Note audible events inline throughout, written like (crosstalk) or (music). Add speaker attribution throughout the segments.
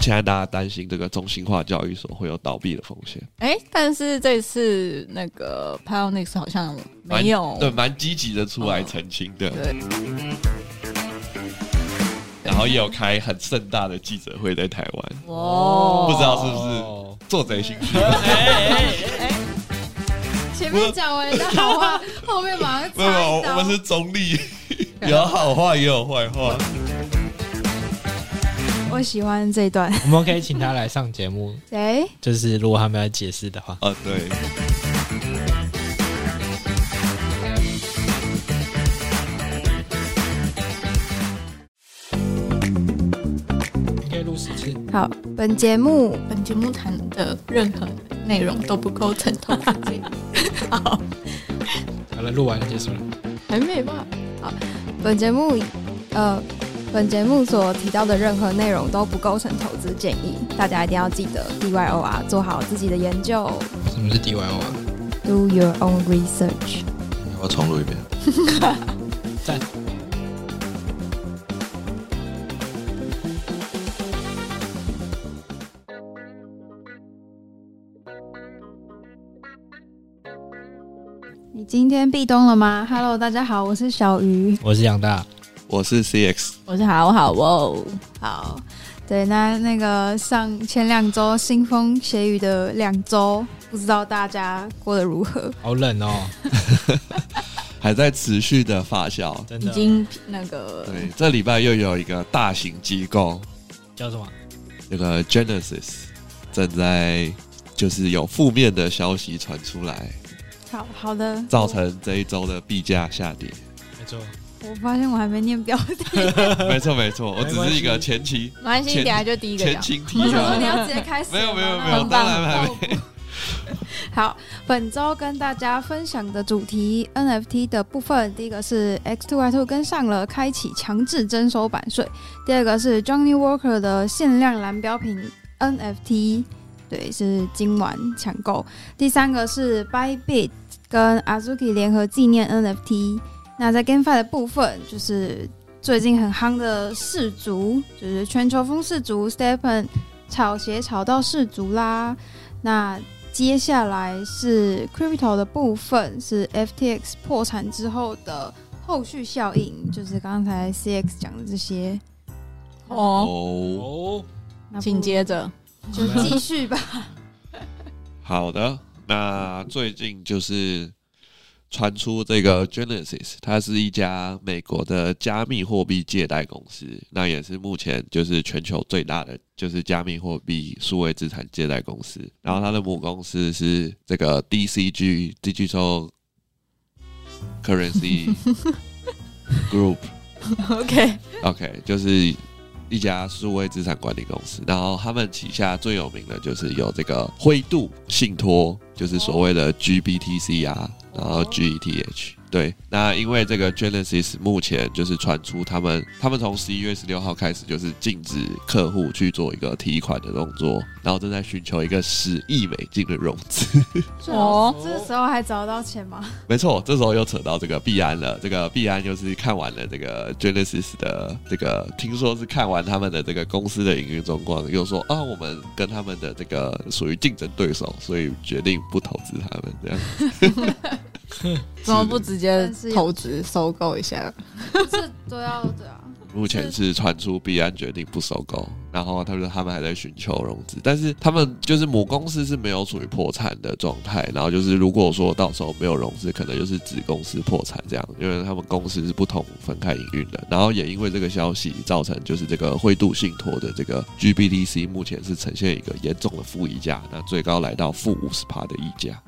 Speaker 1: 现在大家担心这个中心化教育所会有倒闭的风险，
Speaker 2: 哎，但是这次那个 Pionix 好像没有
Speaker 1: 蛮，啊
Speaker 2: 嗯
Speaker 1: 对，蛮积极的出来澄清的，
Speaker 2: 对
Speaker 1: 然后也有开很盛大的记者会在台湾，
Speaker 2: 哦，
Speaker 1: 不知道是不是做贼心虚？
Speaker 3: 前面讲完的好
Speaker 2: 啊
Speaker 3: 话，后面马上
Speaker 1: 没有，没有
Speaker 3: 插一
Speaker 1: 我
Speaker 3: 刀
Speaker 1: 们是中
Speaker 2: (laughs)
Speaker 1: 立，有好话也有坏话。
Speaker 3: 我喜欢这一段。
Speaker 4: 我们可以请他来上节目，
Speaker 3: 谁？
Speaker 4: 就是如果他们要解释的话，
Speaker 1: 啊，对。
Speaker 4: 应该录十次。
Speaker 3: 好，本节目
Speaker 2: 本节目谈的任何内容都不构成投资建议。好，
Speaker 4: 好了，录完了结束了。
Speaker 2: 还没吧？
Speaker 3: 本节目呃，本节目所提到的任何内容都不构成投资建议，大家一定要记得 DYOR 做好自己的研究
Speaker 4: 什么是 DIY 啊？
Speaker 3: ，Do your own research。
Speaker 5: 要不要重录一遍？
Speaker 4: 赞。
Speaker 3: 你今天壁咚了吗？Hello，大家好，我是小鱼。
Speaker 4: 我是杨大，
Speaker 1: 我是 CX，
Speaker 2: 我是好好哦，
Speaker 3: 好，对，那那个上前两周腥风血雨的两周，不知道大家过得如何？
Speaker 4: 好冷哦，
Speaker 1: 还在持续的发酵。
Speaker 4: 真
Speaker 2: 已
Speaker 4: 的。
Speaker 2: 经那个
Speaker 1: 对，这礼拜又有一个大型机构，
Speaker 4: 叫什么？
Speaker 1: 那个 Genesis 正在就是有负面的消息传出来，
Speaker 3: 好好的，
Speaker 1: 造成这一周的币价下
Speaker 3: (laughs)
Speaker 1: 跌。
Speaker 4: 没错，
Speaker 3: 我发现我还没念标题，
Speaker 1: 没错没错，我只是一个前期
Speaker 2: 没关系，
Speaker 1: 前
Speaker 2: 等下就第一个
Speaker 1: 前
Speaker 2: 讲。
Speaker 1: 情提
Speaker 3: 我想
Speaker 1: 要
Speaker 3: 说你。要直接开始了
Speaker 1: 没有
Speaker 3: 吗，
Speaker 1: 没有没
Speaker 3: 那
Speaker 1: 有，
Speaker 3: 很
Speaker 1: 当
Speaker 3: 棒
Speaker 1: 然还没。
Speaker 3: (laughs) 好，本周跟大家分享的主题 NFT 的部分，第一个是 X2Y2 跟上了，开启强制征收版税；第二个是 Johnny Walker 的限量蓝标品 NFT，对，是今晚抢购；第三个是 Bybit 跟 Azuki 联合纪念 NFT。那在 GameFi 的部分，就是最近很夯的氏族，就是全球风氏族 Stepen 炒鞋炒到氏族啦。那接下来是 crypto 的部分，是 FTX 破产之后的后续效应，就是刚才 CX 讲的这些。
Speaker 2: 哦，
Speaker 1: 哦，
Speaker 4: 哦，
Speaker 3: 那不如
Speaker 2: 紧接着
Speaker 3: 就继续 (laughs) 吧。
Speaker 1: 好的，那最近就是传出这个 Genesis，它是一家美国的加密货币借贷公司，那也是目前就是全球最大的就是加密货币数位资产借贷公司。然后它的母公司是这个 DCG Digital Currency Group。
Speaker 2: ，OK，
Speaker 1: OK，就是一家数位资产管理公司，然后他们旗下最有名的就是有这个灰度信托，就是所谓的 GBTC 啊，然后 GETH。对，那因为这个 Genesis 目前就是传出他们，他们从十一月十六号开始就是禁止客户去做一个提款的动作，然后正在寻求一个十亿美金的融资。
Speaker 2: 哦
Speaker 3: 这时候还找得到钱 (laughs) 吗？
Speaker 1: 没错，这时候又扯到这个币安了。这个币安就是看完了这个 Genesis 的这个，听说是看完他们的这个公司的营运状况，又说啊，我们跟他们的这个属于竞争对手，所以决定不投资他们这样。
Speaker 2: 怎么不直接投资收购一下？
Speaker 3: 这都要对啊。
Speaker 1: 目前是传出币安决定不收购，然后他们他们还在寻求融资，但是他们就是母公司是没有处于破产的状态，然后就是如果说到时候没有融资，可能就是子公司破产这样，因为他们公司是不同分开营运的，然后也因为这个消息造成就是这个灰度信托的这个 GBDC 目前是呈现一个严重的负溢价，那最高来到负五十趴的溢价。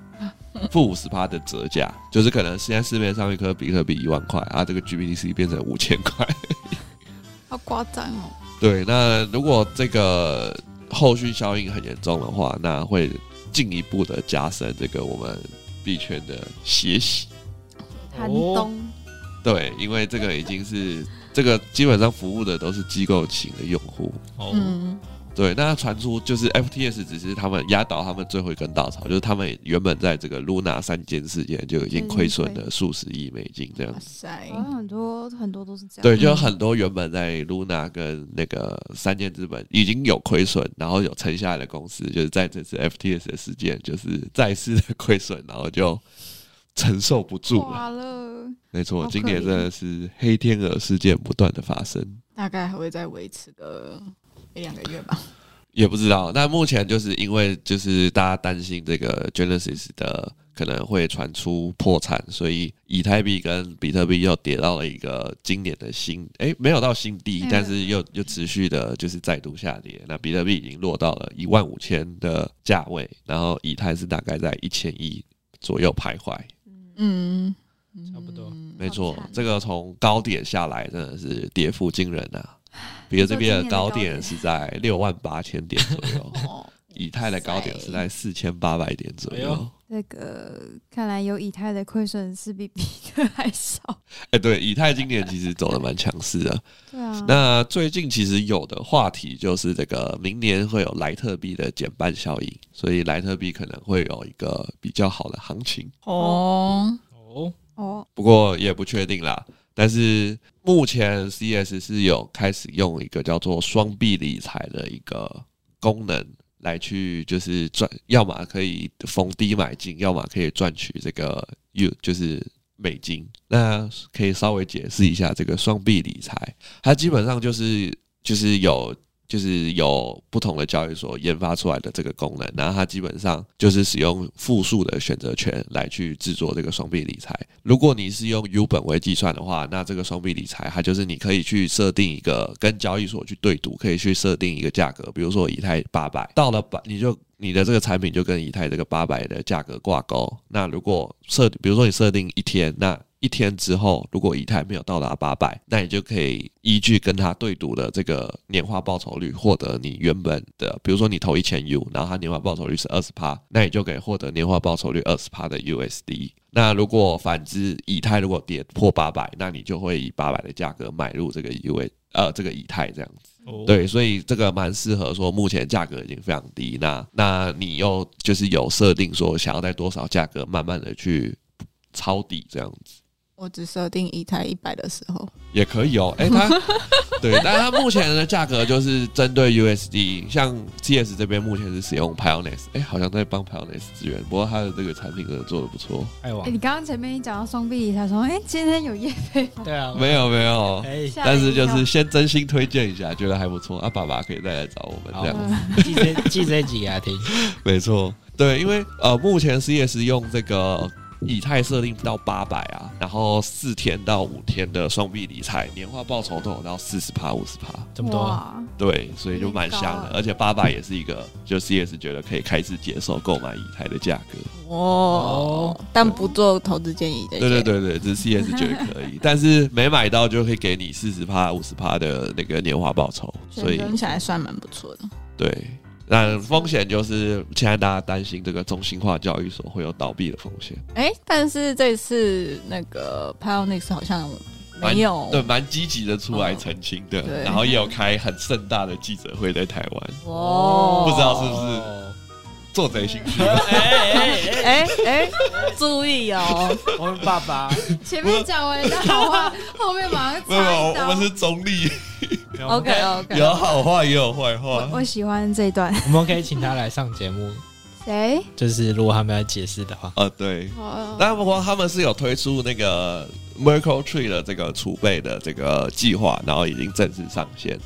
Speaker 1: 负五十趴的折价，就是可能现在市面上一颗比特币一万块啊，这个 GBDC 变成五千块，
Speaker 2: 好夸张哦！
Speaker 1: 对，那如果这个后续效应很严重的话，那会进一步的加深这个我们币圈的血洗。
Speaker 3: 寒冬，
Speaker 1: 对，因为这个已经是这个基本上服务的都是机构型的用户，
Speaker 4: 哦，
Speaker 2: 嗯，
Speaker 1: 对，那传出就是 FTS 只是他们压倒他们最后一根稻草，就是他们原本在这个 Luna 三件事件就已经亏损了数十亿美金这样
Speaker 2: 哇。塞，
Speaker 3: 好像很多很多都是这样。
Speaker 1: 对，就有很多原本在 Luna 跟那个三箭资本已经有亏损，然后有撑下来的公司，就是在这次 FTS 的事件，就是再次的亏损，然后就承受不住了。
Speaker 3: 挂了，
Speaker 1: 没
Speaker 3: 好
Speaker 1: 错，
Speaker 3: 可
Speaker 1: 今年真的是黑天鹅事件不断的发生，
Speaker 2: 大概还会再维持个一两个月吧。
Speaker 1: 也不知道。但目前就是因为就是大家担心这个 Genesis 的可能会传出破产，所以以太币跟比特币又跌到了一个今年的新，诶，没有到新低
Speaker 3: 嗯，
Speaker 1: 但是又又持续的就是再度下跌。那比特币已经落到了一万五千的价位，然后以太是大概在一千一左右徘徊。
Speaker 2: 嗯，
Speaker 4: 差不多
Speaker 2: 嗯
Speaker 1: 没错
Speaker 3: 好惨，
Speaker 1: 这个从高点下来真的是跌幅惊人啊！比特币的高点是在六万八千点左右，
Speaker 2: 哦，
Speaker 1: 以太的高点是在四千八百点左
Speaker 4: 哎
Speaker 1: 右
Speaker 4: 呦。
Speaker 3: 这个看来有以太的亏损是比比特还少。
Speaker 1: 哎、对，以太今年其实走的蛮强势的。
Speaker 3: 对啊，
Speaker 1: 那最近其实有的话题就是这个明年会有莱特币的减半效应，所以莱特币可能会有一个比较好的行情。
Speaker 2: 哦，
Speaker 4: 哦，
Speaker 3: 哦，
Speaker 1: 不过也不确定啦。但是目前 CS 是有开始用一个叫做双币理财的一个功能来去，就是赚，要么可以逢低买进，要么可以赚取这个 U 就是美金。那可以稍微解释一下这个双币理财，它基本上就是就是有。就是有不同的交易所研发出来的这个功能，然后它基本上就是使用复数的选择权来去制作这个双币理财。如果你是用 U 本为计算的话，那这个双币理财它就是你可以去设定一个跟交易所去对赌，可以去设定一个价格，比如说以太八百，到了八你就你的这个产品就跟以太这个八百的价格挂钩。那如果设，比如说你设定一天，那一天之后，如果以太没有到达八百，那你就可以依据跟它对赌的这个年化报酬率，获得你原本的，比如说你投一千 U，然后它年化报酬率是二十趴，那你就可以获得年化报酬率二十趴的 USD。那如果反之，以太如果跌破八百，那你就会以八百的价格买入这个 U 呃这个以太这样子。
Speaker 4: 哦，
Speaker 1: 对，所以这个蛮适合说，目前价格已经非常低，那那你又就是有设定说想要在多少价格慢慢的去抄底这样子。
Speaker 2: 我只设定一台一百的时候，
Speaker 1: 也可以哦，哎、它对，但它目前的价格就是针对 USD，像 CS 这边目前是使用 Pioneer，哎、好像在帮 Pioneer 支援，不过它的这个产品真的做的不错。
Speaker 4: 爱
Speaker 3: 哎、
Speaker 4: 网，
Speaker 3: 你刚刚前面一讲到双币理财，说哎、今天有业配吗？
Speaker 4: 对啊，
Speaker 1: 没有没有，
Speaker 4: 哎，
Speaker 3: 吓
Speaker 1: 但是就
Speaker 3: 一
Speaker 1: 是
Speaker 3: 跳
Speaker 1: 先真心推荐一下，觉得还不错，啊，爸爸可以再来找我们这样
Speaker 4: 好
Speaker 1: 子。
Speaker 3: 嗯
Speaker 4: 记这 (laughs) 记这集给他听，
Speaker 1: 没错，对，因为呃，目前 CS 用这个以太设定到八百啊，然后四天到五天的双币理财，年化报酬都有到四十趴、五十趴，
Speaker 4: 这么多，
Speaker 3: 哇，
Speaker 1: 对，所以就蛮香
Speaker 3: 有点
Speaker 1: 的。
Speaker 3: 高啊
Speaker 1: 而且八百也是一个，就 CS 觉得可以开始接受购买以太的价格。
Speaker 2: 哦，但不做投资建议的，
Speaker 1: 对对，对对，这 CS 觉得可以，但是没买到就会给你四十趴、五十趴的那个年化报酬，所以
Speaker 2: 听起来算蛮不错的。
Speaker 1: 对。那风险就是现在大家担心这个中心化交易所会有倒闭的风险。
Speaker 2: 哎，但是这次那个 Pionix 好像没有，
Speaker 1: 对，蛮积极的出来澄清的，
Speaker 2: 嗯对
Speaker 1: 然后也有开很盛大的记者会在台湾，
Speaker 2: 哦，
Speaker 1: 不知道是不是
Speaker 4: 哦，
Speaker 1: 做贼心虚。
Speaker 2: 哎哎，注意
Speaker 1: (laughs)
Speaker 2: 哦，
Speaker 4: 我们爸
Speaker 2: (laughs)
Speaker 4: 爸，
Speaker 3: 前面讲完人家好话，后面马上
Speaker 1: 没有，没
Speaker 3: 插
Speaker 1: 有
Speaker 3: 一刀。
Speaker 1: 我们是中立，
Speaker 4: 没有我们
Speaker 2: OK
Speaker 4: 可以
Speaker 2: OK，
Speaker 1: 有好话也有坏话
Speaker 3: 我。我喜欢这一段。
Speaker 4: 我们可以请他来上节目，
Speaker 3: 谁？
Speaker 4: 就是如果他们要解释的话，
Speaker 1: 呃，对。
Speaker 3: 哦，
Speaker 1: 但不过他们是有推出那个 Merkle Tree 的这个储备的这个计划，然后已经正式上线。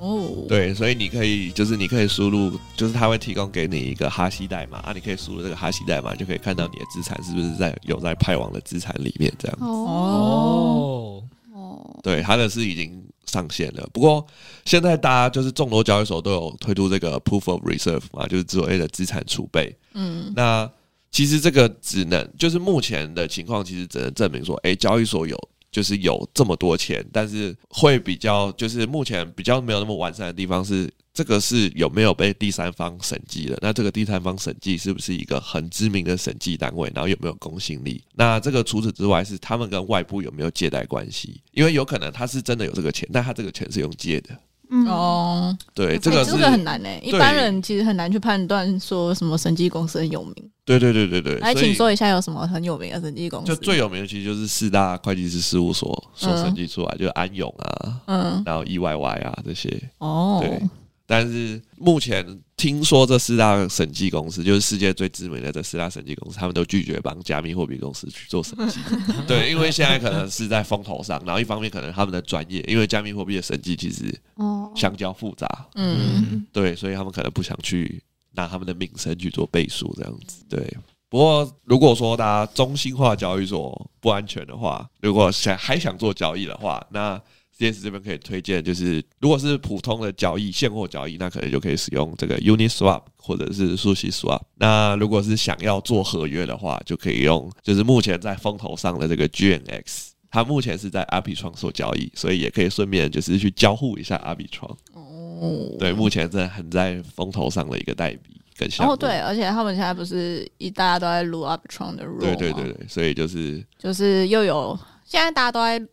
Speaker 2: 哦，
Speaker 1: 对，所以你可以就是你可以输入，就是它会提供给你一个哈希代码啊，你可以输入这个哈希代码，就可以看到你的资产是不是在有在派网的资产里面这样。
Speaker 3: 哦
Speaker 4: 哦，
Speaker 3: 哦，
Speaker 1: 对，它的是已经上线了。不过现在大家就是众多交易所都有推出这个 Proof of Reserve 嘛，就是所谓的资产储备。
Speaker 2: 嗯，
Speaker 1: 那其实这个只能就是目前的情况，其实只能证明说，诶，交易所有就是有这么多钱，但是会比较就是目前比较没有那么完善的地方是。这个是有没有被第三方审计的？那这个第三方审计是不是一个很知名的审计单位？然后有没有公信力？那这个除此之外，是他们跟外部有没有借贷关系？因为有可能他是真的有这个钱，但他这个钱是用借的，
Speaker 3: 嗯，
Speaker 2: 哦，
Speaker 1: 对，
Speaker 3: 哎
Speaker 1: 这个是
Speaker 2: 这个很难诶，一
Speaker 1: 对
Speaker 2: 般人其实很难去判断说什么神机公司很有名。
Speaker 1: 对对对对对，
Speaker 2: 来，
Speaker 1: 所以
Speaker 2: 请说一下有什么很有名的神机公司？
Speaker 1: 就最有名的其实就是四大会计师事务所所
Speaker 2: 嗯
Speaker 1: 设计出来，就是安永啊，
Speaker 2: 嗯
Speaker 1: 然后 EYY 啊这些。
Speaker 2: 哦，
Speaker 1: 对但是目前听说这四大审计公司，就是世界最知名的这四大审计公司，他们都拒绝帮加密货币公司去做审
Speaker 2: (laughs)
Speaker 1: 计。对，因为现在可能是在风头上，然后一方面可能他们的专业，因为加密货币的审计其实
Speaker 3: 哦，
Speaker 1: 相较复杂，
Speaker 2: 嗯，
Speaker 1: 对，所以他们可能不想去拿他们的名声去做背书，这样子。对，不过如果说大家中心化交易所不安全的话，如果想还想做交易的话，那 CS 这边可以推荐，就是如果是普通的交易现货交易，那可能就可以使用这个 Uniswap 或者是 SushiSwap。那如果是想要做合约的话，就可以用就是目前在风头上的这个 GNX。它目前是在阿比创所交易，所以也可以顺便就是去交互一下阿比创。
Speaker 2: 哦，
Speaker 1: 对，目前真的很在风头上的一个代币跟项
Speaker 2: 然
Speaker 1: 目。
Speaker 2: 后哦对，而且他们现在不是一大家都在撸 Uptron 的 role，
Speaker 1: 对对
Speaker 2: 吗
Speaker 1: 对对，所以就是
Speaker 2: 就是又有现在大家都在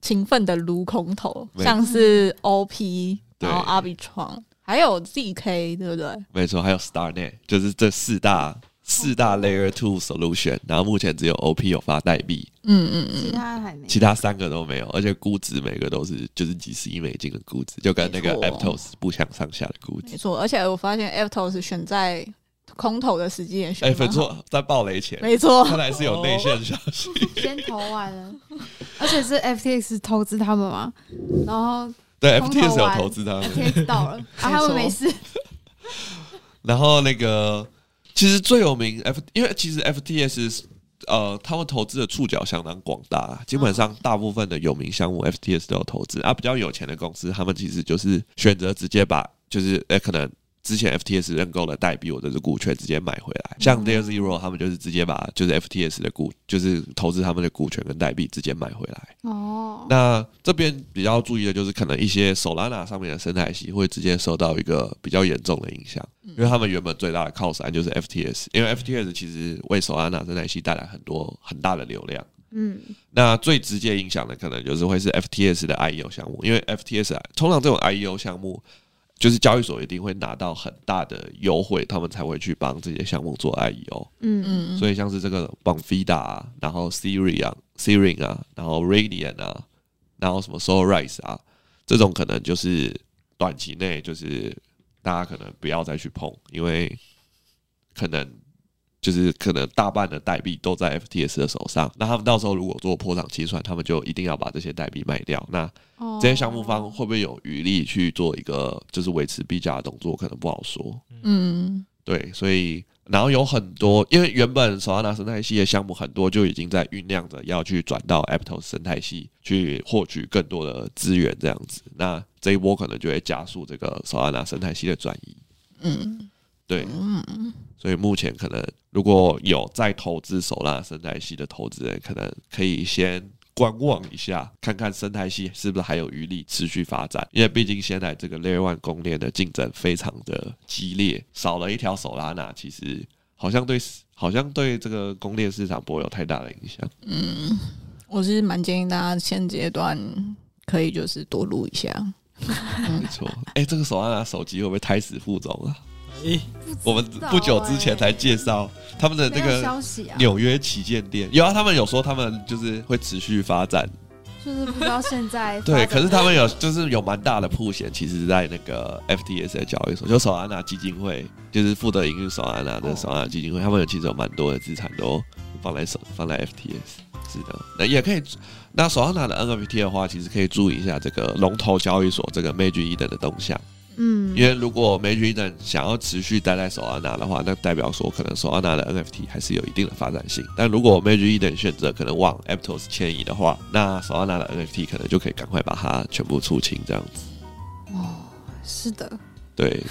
Speaker 2: 勤奋的撸空头，
Speaker 1: 没
Speaker 2: 像是 OP，
Speaker 1: 对
Speaker 2: 然后 Arbitron，还有 ZK，对不嗯对？
Speaker 1: 没错，还有 StarNet，就是这四大四大
Speaker 2: 哦
Speaker 1: Layer Two Solution，然后目前只有 OP 有发代币，
Speaker 2: 嗯嗯
Speaker 3: 其
Speaker 2: 嗯，
Speaker 3: 他还没。
Speaker 1: 其他三个都没有，而且估值每个都是就是几十亿美金的估值，就跟那个
Speaker 2: 没错
Speaker 1: Aptos 不相上下的估值
Speaker 2: 没。错。而且我发现 Aptos 选在空头的时机也选
Speaker 1: 哎，
Speaker 2: 得蛮
Speaker 1: 粉
Speaker 2: 好，
Speaker 1: 错，在暴雷前，
Speaker 2: 没错，哦
Speaker 1: 看来是有内线消息。
Speaker 3: 先投完了，而且是 FTX 投资他们嘛，然后
Speaker 1: 对
Speaker 3: 空投完
Speaker 1: ，FTS 有投资他
Speaker 2: (laughs)
Speaker 1: 们。
Speaker 3: FTX 到了，啊， (laughs) 他们没事，
Speaker 1: 然后那个其实最有名 F，因为其实 FTS 呃，他们投资的触角相当广大，基本上大部分的有名项目 FTS 都有投资啊。比较有钱的公司，他们其实就是选择直接把就是呃可能。之前 FTS 认购的代币或者是股权直接买回来，像 Layer Zero 他们就是直接把就是 FTS 的股就是投资他们的股权跟代币直接买回来。
Speaker 3: 哦，
Speaker 1: 那这边比较注意的就是，可能一些 Solana 上面的生态系会直接受到一个比较严重的影响，因为他们原本最大的靠山就是 FTS，因为 FTS 其实为 Solana 生态系带来很多很大的流量。
Speaker 3: 嗯，
Speaker 1: 那最直接影响的可能就是会是 FTS 的 IEO 项目，因为 FTS 啊通常这种 IEO 项目，就是交易所一定会拿到很大的优惠，他们才会去帮这些项目做 E IEO。
Speaker 3: 嗯嗯，
Speaker 2: 嗯，
Speaker 1: 所以像是这个 Bonfida 啊，然后 Siri 啊、Sirin 啊，然后 Radiant 啊，然后什么 Soul Rise 啊，这种可能就是短期内就是大家可能不要再去碰，因为可能就是可能大半的代币都在 FTS 的手上，那他们到时候如果做破产清算，他们就一定要把这些代币卖掉。那
Speaker 3: 哦
Speaker 1: 这些项目方会不会有余力去做一个就是维持币价的动作，可能不好说。
Speaker 2: 嗯
Speaker 1: 对，所以然后有很多，因为原本 Solana 生态系的项目很多就已经在酝酿着要去转到 Aptos 生态系去获取更多的资源，这样子，那这一波可能就会加速这个 Solana 生态系的转移。
Speaker 2: 嗯
Speaker 1: 对，
Speaker 2: 嗯，
Speaker 1: 所以目前可能如果有在投资 Solana 生态系的投资人，可能可以先。观望一下，看看生态系是不是还有余力持续发展，因为毕竟现在这个 Layer One 公链的竞争非常的激烈，少了一条 Solana，其实好像对好像对这个公链市场不会有太大的影响。
Speaker 2: 我是蛮建议大家现阶段可以就是多撸一下，
Speaker 1: 没错，
Speaker 3: 嗯
Speaker 1: 哎、这个 Solana 手机会不会胎死腹中啊？
Speaker 4: 咦，
Speaker 1: 我们不久之前才介绍他们的
Speaker 3: 没
Speaker 1: 这
Speaker 3: 欸有
Speaker 1: 个
Speaker 3: 消息啊，
Speaker 1: 纽约旗舰店，有啊，他们有说他们就是会持续发展
Speaker 3: 就是不知道现在
Speaker 1: 对，
Speaker 3: 发展
Speaker 1: 可是他们有就是有蛮大的铺险，其实，在那个 FTS 的交易所，就手安娜基金会，就是负责营运手安
Speaker 3: 哦
Speaker 1: 娜的手安娜基金会，他们有其实有蛮多的资产都放在手放在 FTS，是的，那也可以。那手安娜的 NFT 的话，其实可以注意一下这个龙头交易所这个 Magic Eden 的动向，
Speaker 3: 嗯，
Speaker 1: 因为如果 Magic Eden 想要持续待在手安娜的话，那代表说可能手安娜的 NFT 还是有一定的发展性。但如果 Magic Eden 选择可能往 Aptos 迁移的话，那手安娜的 NFT 可能就可以赶快把它全部出清这样子。
Speaker 3: 是的，
Speaker 1: 对，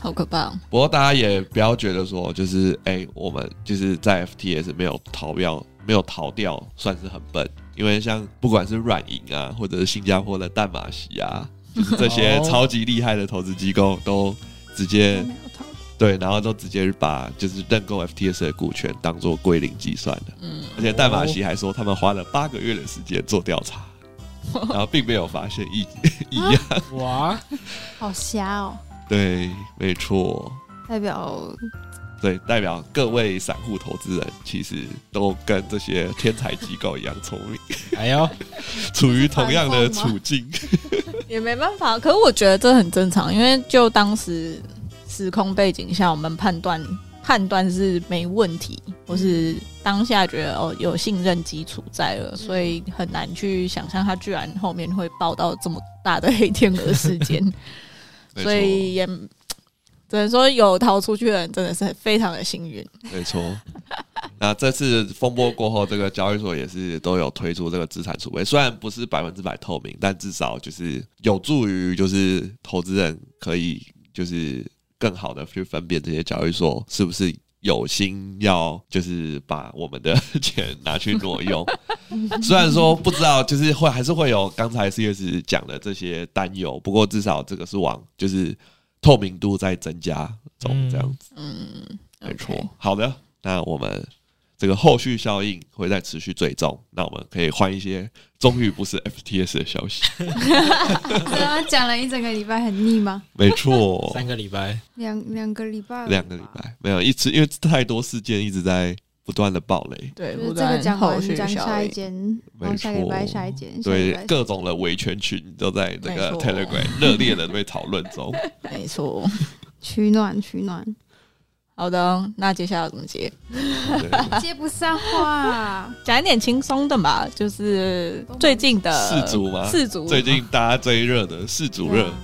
Speaker 2: 好可怕哦。
Speaker 1: 不过大家也不要觉得说，就是哎、我们就是在 FTS 没有逃掉，没有逃掉，算是很笨。因为像不管是软银啊，或者是新加坡的淡马锡啊，就是这些
Speaker 4: 哦
Speaker 1: 超级厉害的投资机构都直接
Speaker 3: 没有投
Speaker 1: 对，然后都直接把就是认购 FTS 的股权当做归零计算的。
Speaker 2: 嗯，
Speaker 1: 而且淡马锡还说，他们花了八个月的时间做调查，然后并没有发现异异样。
Speaker 4: 哇，
Speaker 3: 好瞎哦，
Speaker 1: 对，没错，
Speaker 3: 代表 (laughs)
Speaker 1: 对，代表各位散户投资人其实都跟这些天才机构一样聪明，
Speaker 4: 哎呦，
Speaker 1: 处于同样的
Speaker 3: 这是反讽
Speaker 1: 处
Speaker 3: 吗
Speaker 1: 境。
Speaker 2: 也没办法。可是我觉得这很正常，因为就当时时空背景下，我们判断判断是没问题，或
Speaker 3: 嗯
Speaker 2: 是当下觉得哦有信任基础在了，所以很难去想象他居然后面会报到这么大的黑天鹅事
Speaker 3: (laughs)
Speaker 2: 件，
Speaker 1: 没错
Speaker 2: 所以也。只能说有逃出去的人真的是非常的幸运，
Speaker 1: 没错。那这次风波过后，这个交易所也是都有推出这个资产储备，虽然不是百分之百透明，但至少就是有助于就是投资人可以就是更好的去分辨这些交易所是不是有心要就是把我们的 (laughs) 钱拿去挪用。虽然说不知道，就是会还是会有刚才 CS 讲的这些担忧，不过至少这个是往就是透明度在增加中这样子。
Speaker 2: 嗯，
Speaker 1: 没
Speaker 2: OK
Speaker 1: 错。好的，那我们这个后续效应会再持续追踪。那我们可以换一些终于不是 FTS 的消息。
Speaker 3: 刚刚讲了一整个礼拜很腻吗？
Speaker 1: 没
Speaker 3: (laughs)
Speaker 1: 错，
Speaker 4: 三个礼拜，
Speaker 3: 两两个礼拜，
Speaker 1: 两个礼，拜没有一直，因为太多事件一直在不断的爆雷，
Speaker 2: 对，
Speaker 3: 就是
Speaker 2: 不
Speaker 3: 这个
Speaker 2: 断
Speaker 3: 讲
Speaker 2: 后
Speaker 3: 完
Speaker 2: 续
Speaker 3: 讲
Speaker 2: 效
Speaker 3: 下一
Speaker 2: 应。
Speaker 3: 间，然后下个礼拜下一间，下个礼
Speaker 1: 对
Speaker 3: 拜
Speaker 1: 各种的维权群都在这个
Speaker 2: 没错
Speaker 1: Telegram 热烈的被讨论
Speaker 3: (laughs)
Speaker 1: 中。
Speaker 2: 没错，
Speaker 3: 取暖取暖，
Speaker 2: 好的，那接下来要怎么接？
Speaker 1: 对，
Speaker 3: (laughs) 接不上话，
Speaker 2: 讲一点轻松的吧，就是最近的
Speaker 1: 世足吗
Speaker 2: 世足
Speaker 1: 最近大家最热的是主
Speaker 3: (laughs) 对
Speaker 1: 热
Speaker 3: 啊，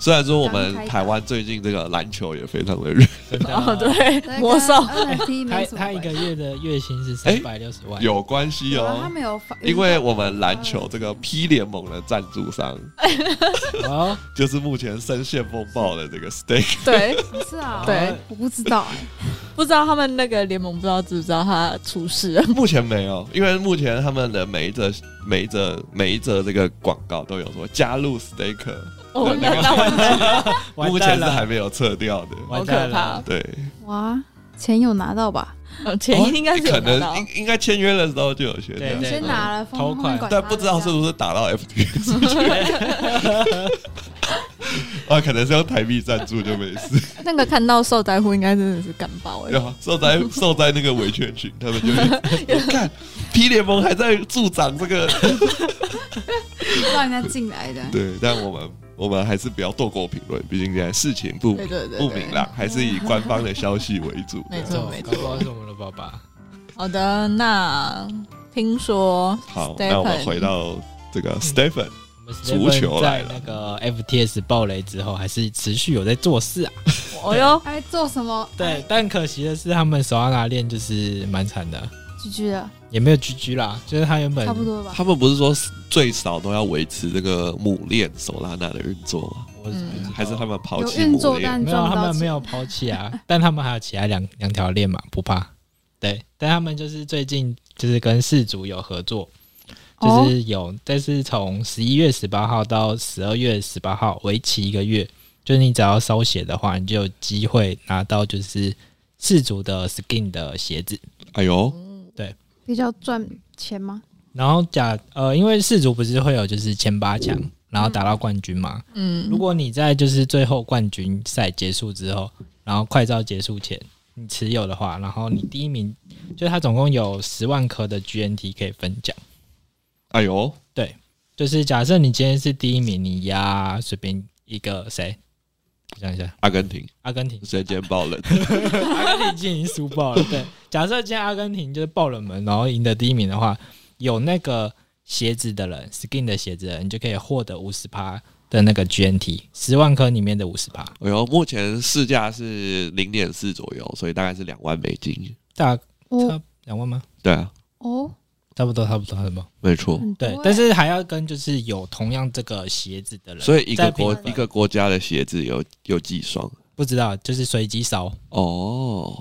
Speaker 1: 虽然说我们
Speaker 3: 刚开打
Speaker 1: 台湾最近这个篮球也非常的热，
Speaker 4: 真的、啊
Speaker 2: 哦，，对，
Speaker 3: (laughs)
Speaker 2: 魔兽
Speaker 3: NFT
Speaker 4: 他
Speaker 3: 没什么
Speaker 4: 他一个
Speaker 3: 关系
Speaker 4: 月的月薪是
Speaker 1: 哎
Speaker 4: 三百六十万，
Speaker 1: 有关系
Speaker 3: 有啊，他
Speaker 1: 哦。
Speaker 3: 没有发，
Speaker 1: 因为我们篮球这个 P 联盟的赞助商 (laughs)
Speaker 4: 哦，
Speaker 1: 就是目前深陷风暴的这个 Steak，
Speaker 2: (laughs) 对，
Speaker 3: 是啊，
Speaker 2: 对
Speaker 3: 我不知道哎，
Speaker 2: 不知道他们那个联盟不知道知不知道他出事了，
Speaker 1: (laughs) 目前没有，因为目前他们的每一则、每一则、每一则这个广告都有说加入 Steak，
Speaker 2: 我
Speaker 1: 那
Speaker 2: 哦那我
Speaker 4: 完
Speaker 1: 目前
Speaker 4: 蛋
Speaker 1: 是
Speaker 4: 了，
Speaker 1: 还没有撤掉的。
Speaker 2: 好
Speaker 4: 完
Speaker 2: 可
Speaker 4: 蛋
Speaker 2: 怕
Speaker 4: 了，，
Speaker 1: 对，
Speaker 3: (laughs) 哇，钱有拿到吧？
Speaker 2: 呃前
Speaker 4: 哎
Speaker 2: 一应该是有
Speaker 1: 哦可
Speaker 2: 拿
Speaker 1: 能
Speaker 2: 到，
Speaker 1: 应应该签约的时候就有学
Speaker 4: 对
Speaker 1: 掉
Speaker 3: 你，先拿了，
Speaker 4: 投
Speaker 3: 疯狂
Speaker 4: 款
Speaker 3: 管
Speaker 1: 但
Speaker 3: 他
Speaker 1: 不知道
Speaker 3: 这
Speaker 1: 是
Speaker 3: 样
Speaker 1: 不是打到
Speaker 4: (laughs)
Speaker 1: FT 啊，可能是用台币赞助就没事。
Speaker 2: 那个看到受灾户应该真的是感爆哎
Speaker 1: 然，后受灾受灾那个维权群，他们就
Speaker 2: (laughs)
Speaker 1: 会我看 P 联盟还在助长这个
Speaker 3: 让人家进来的，
Speaker 1: 对，但我们我们还是不要多过评论，毕竟现在事情不
Speaker 2: 对对对，
Speaker 1: 不
Speaker 2: 对
Speaker 1: 明朗，还是以官方的消息为主。
Speaker 2: 没
Speaker 4: 走
Speaker 2: 错没
Speaker 4: 搞不好
Speaker 2: 错。
Speaker 4: 是我们的爸爸，
Speaker 2: 好的，那听说
Speaker 1: 好，
Speaker 2: Stephen 嗯
Speaker 1: 那我们回到这个 Stephen，
Speaker 4: 我们
Speaker 1: 足球
Speaker 4: Steven
Speaker 1: 来
Speaker 4: 在
Speaker 1: 了
Speaker 4: 那个 FTS 暴雷之后，还是持续有在做事啊。
Speaker 1: 哎
Speaker 2: 哦哟，
Speaker 3: 还哎做什么？哎
Speaker 4: 对，但可惜的是，他们手上拿链就是蛮惨的，
Speaker 3: 居居的，
Speaker 4: 也没有 GG 啦，就是他原本
Speaker 3: 差不多吧。
Speaker 1: 他们不是说最少都要维持这个母链手拉娜的运作吗？
Speaker 4: 我
Speaker 2: 嗯
Speaker 4: 不知道
Speaker 1: 还是他们抛
Speaker 3: 有
Speaker 1: 弃
Speaker 3: 运
Speaker 1: 母
Speaker 3: 作，
Speaker 1: 链？
Speaker 3: 但
Speaker 4: 没有，啊
Speaker 3: 赚不
Speaker 4: 他
Speaker 3: 到
Speaker 4: 们没
Speaker 3: 钱。
Speaker 4: 有抛弃啊， (laughs) 但他们还有其他两两条链嘛，不怕。对，但他们就是最近就是跟氏族有合作，就
Speaker 3: 哦
Speaker 4: 是有，但是从十一月十八号到十二月十八号，为期一个月，就是你只要烧血的话，你就有机会拿到就是氏族的 skin 的鞋子。
Speaker 1: 哎呦，
Speaker 3: 比较赚钱吗？
Speaker 4: 然后假呃，因为氏族不是会有就是前八强，然后打到冠军嘛，
Speaker 2: 嗯
Speaker 4: 如，果你在就是最后冠军赛结束之后，然后快照结束前你持有的话，然后你第一名，就是它总共有十万颗的 GNT 可以分奖。
Speaker 1: 哎呦，
Speaker 4: 就是假设你今天是第一名，你压随便一个谁，我想一下，
Speaker 1: 阿根廷，
Speaker 4: 阿根廷
Speaker 1: 瞬间爆冷， (laughs)
Speaker 4: 阿根廷今天已经输爆了。对， (laughs) 假设今天阿根廷就是爆冷门，然后赢得第一名的话，有那个鞋子的人，skin 的鞋子的人，你就可以获得五十趴的那个 GNT，十万颗里面的五十趴。
Speaker 1: 哎呦，目前市价是零点四左右，所以大概是两万美金。
Speaker 4: 大
Speaker 3: 哦
Speaker 4: 差两万吗？
Speaker 1: 对啊，
Speaker 3: 哦，
Speaker 4: 差不多，差不多，差不多。
Speaker 1: 没错。
Speaker 3: 很多
Speaker 4: 对
Speaker 3: 欸，
Speaker 4: 但是还要跟就是有同样这个鞋子的人，
Speaker 1: 所以一个
Speaker 4: 在评
Speaker 1: 国
Speaker 4: 分
Speaker 1: 一个国家的鞋子有有几双
Speaker 4: 不知道就是随机扫，
Speaker 1: 哦，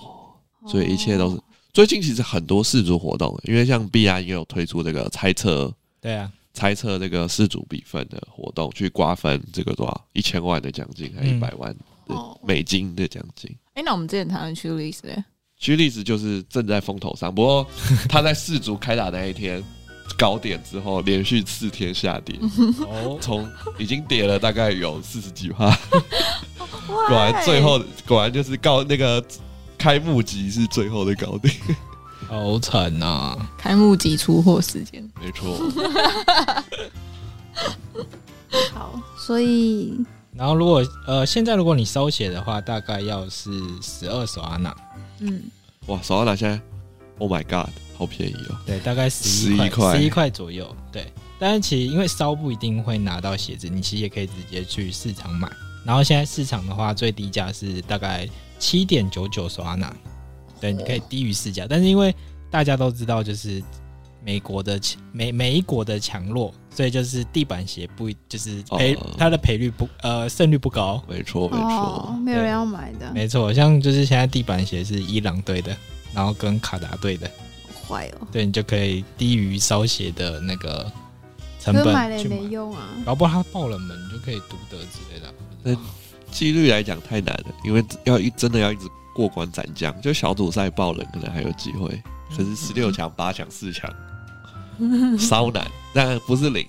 Speaker 1: 所以一切都是。最近其实很多氏族活动，因为像必安也有推出这个猜测
Speaker 4: 对啊，
Speaker 1: 猜测这个氏族比分的活动，去瓜分这个多少一千万的奖金，还一
Speaker 4: 嗯
Speaker 1: 百万的
Speaker 3: 哦
Speaker 1: 美金的奖金。
Speaker 2: 哎，那我们之前谈的去 list 嘞
Speaker 1: 其实例子就是正在风头上，不过他在氏族开打那一天，高点之后，连续四天下跌，
Speaker 4: 哦，
Speaker 1: 从已经跌了大概有四十几趴，
Speaker 2: 果
Speaker 1: (laughs) 果然啊最后果然就是告那个开幕集是最后的高点，
Speaker 4: 好惨啊！
Speaker 2: 开幕及出货时间，
Speaker 1: (laughs) 没错。
Speaker 3: 好，所以
Speaker 4: 然后如果呃，现在如果你收写的话，大概要是十二手阿娜，
Speaker 3: 嗯，
Speaker 1: 哇，手摇拿现在，Oh my God，好便宜哦！
Speaker 4: 对，大概十
Speaker 1: 11块
Speaker 4: 十一块左右，对。但是其实因为烧不一定会拿到鞋子，你其实也可以直接去市场买。然后现在市场的话，最低价是大概七点九九手阿娜，对，你可以低于市价。但是因为大家都知道，就是美国的强美美一国的强弱，所以就是地板鞋不就是赔、
Speaker 1: 哦
Speaker 4: 它的赔率不呃胜率不高。
Speaker 1: 没错，没
Speaker 3: 哦
Speaker 1: 错，，
Speaker 3: 没有人要买的，
Speaker 4: 没错，像就是现在地板鞋是伊朗队的，然后跟卡达队的，
Speaker 3: 坏哦，
Speaker 4: 对你就可以低于烧鞋的那个成
Speaker 3: 可
Speaker 4: 本
Speaker 3: 是买了也
Speaker 4: 去买
Speaker 3: 没，用啊。
Speaker 4: 搞不好他爆冷门你就可以独得之类的。
Speaker 1: 对几率来讲太难了，因为要一真的要一直过关斩将，就小组赛爆冷可能还有机会，可是十六强、八强、四
Speaker 3: (laughs)
Speaker 1: 强，稍难，但不是零。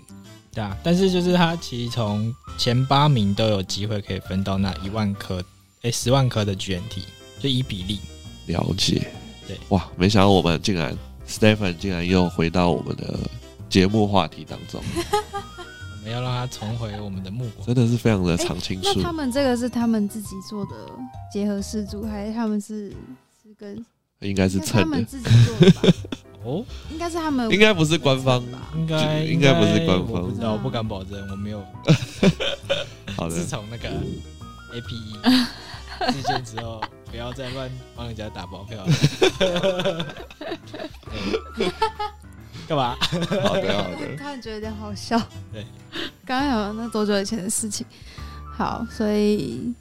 Speaker 4: 对啊，但是就是他其实从前八名都有机会可以分到那一万颗，哎，十万颗的 GNT，就一比例。
Speaker 1: 了解，
Speaker 4: 对，
Speaker 1: 哇，没想到我们竟然 Stephen 竟然又回到我们的节目话题当
Speaker 3: (laughs)
Speaker 1: 中，
Speaker 4: 我们要让他重回我们的目光。
Speaker 1: 真的是非常的常青
Speaker 3: 哎那
Speaker 1: 树
Speaker 3: 他，们这个是他们自己做的结合式组，还是他们是是跟
Speaker 1: 应该是
Speaker 3: 应该他
Speaker 1: 蹭
Speaker 3: 们
Speaker 1: 的，
Speaker 3: 自己做的吧？
Speaker 4: 哦，
Speaker 3: 应该是他们
Speaker 1: 应该不是官方
Speaker 3: 吧？
Speaker 4: 应该
Speaker 1: 应该不是官方
Speaker 4: 我不知道，我不敢保证，我没有。
Speaker 1: 好的
Speaker 4: 自，从那个 (laughs) APE 事件之后，不要再乱帮人家打包票了。对干嘛？
Speaker 1: 好的，好
Speaker 3: (laughs) 突
Speaker 1: 的，
Speaker 3: 然觉得有点好笑。
Speaker 4: 对，
Speaker 3: 刚刚有那多久以前的事情？好，所以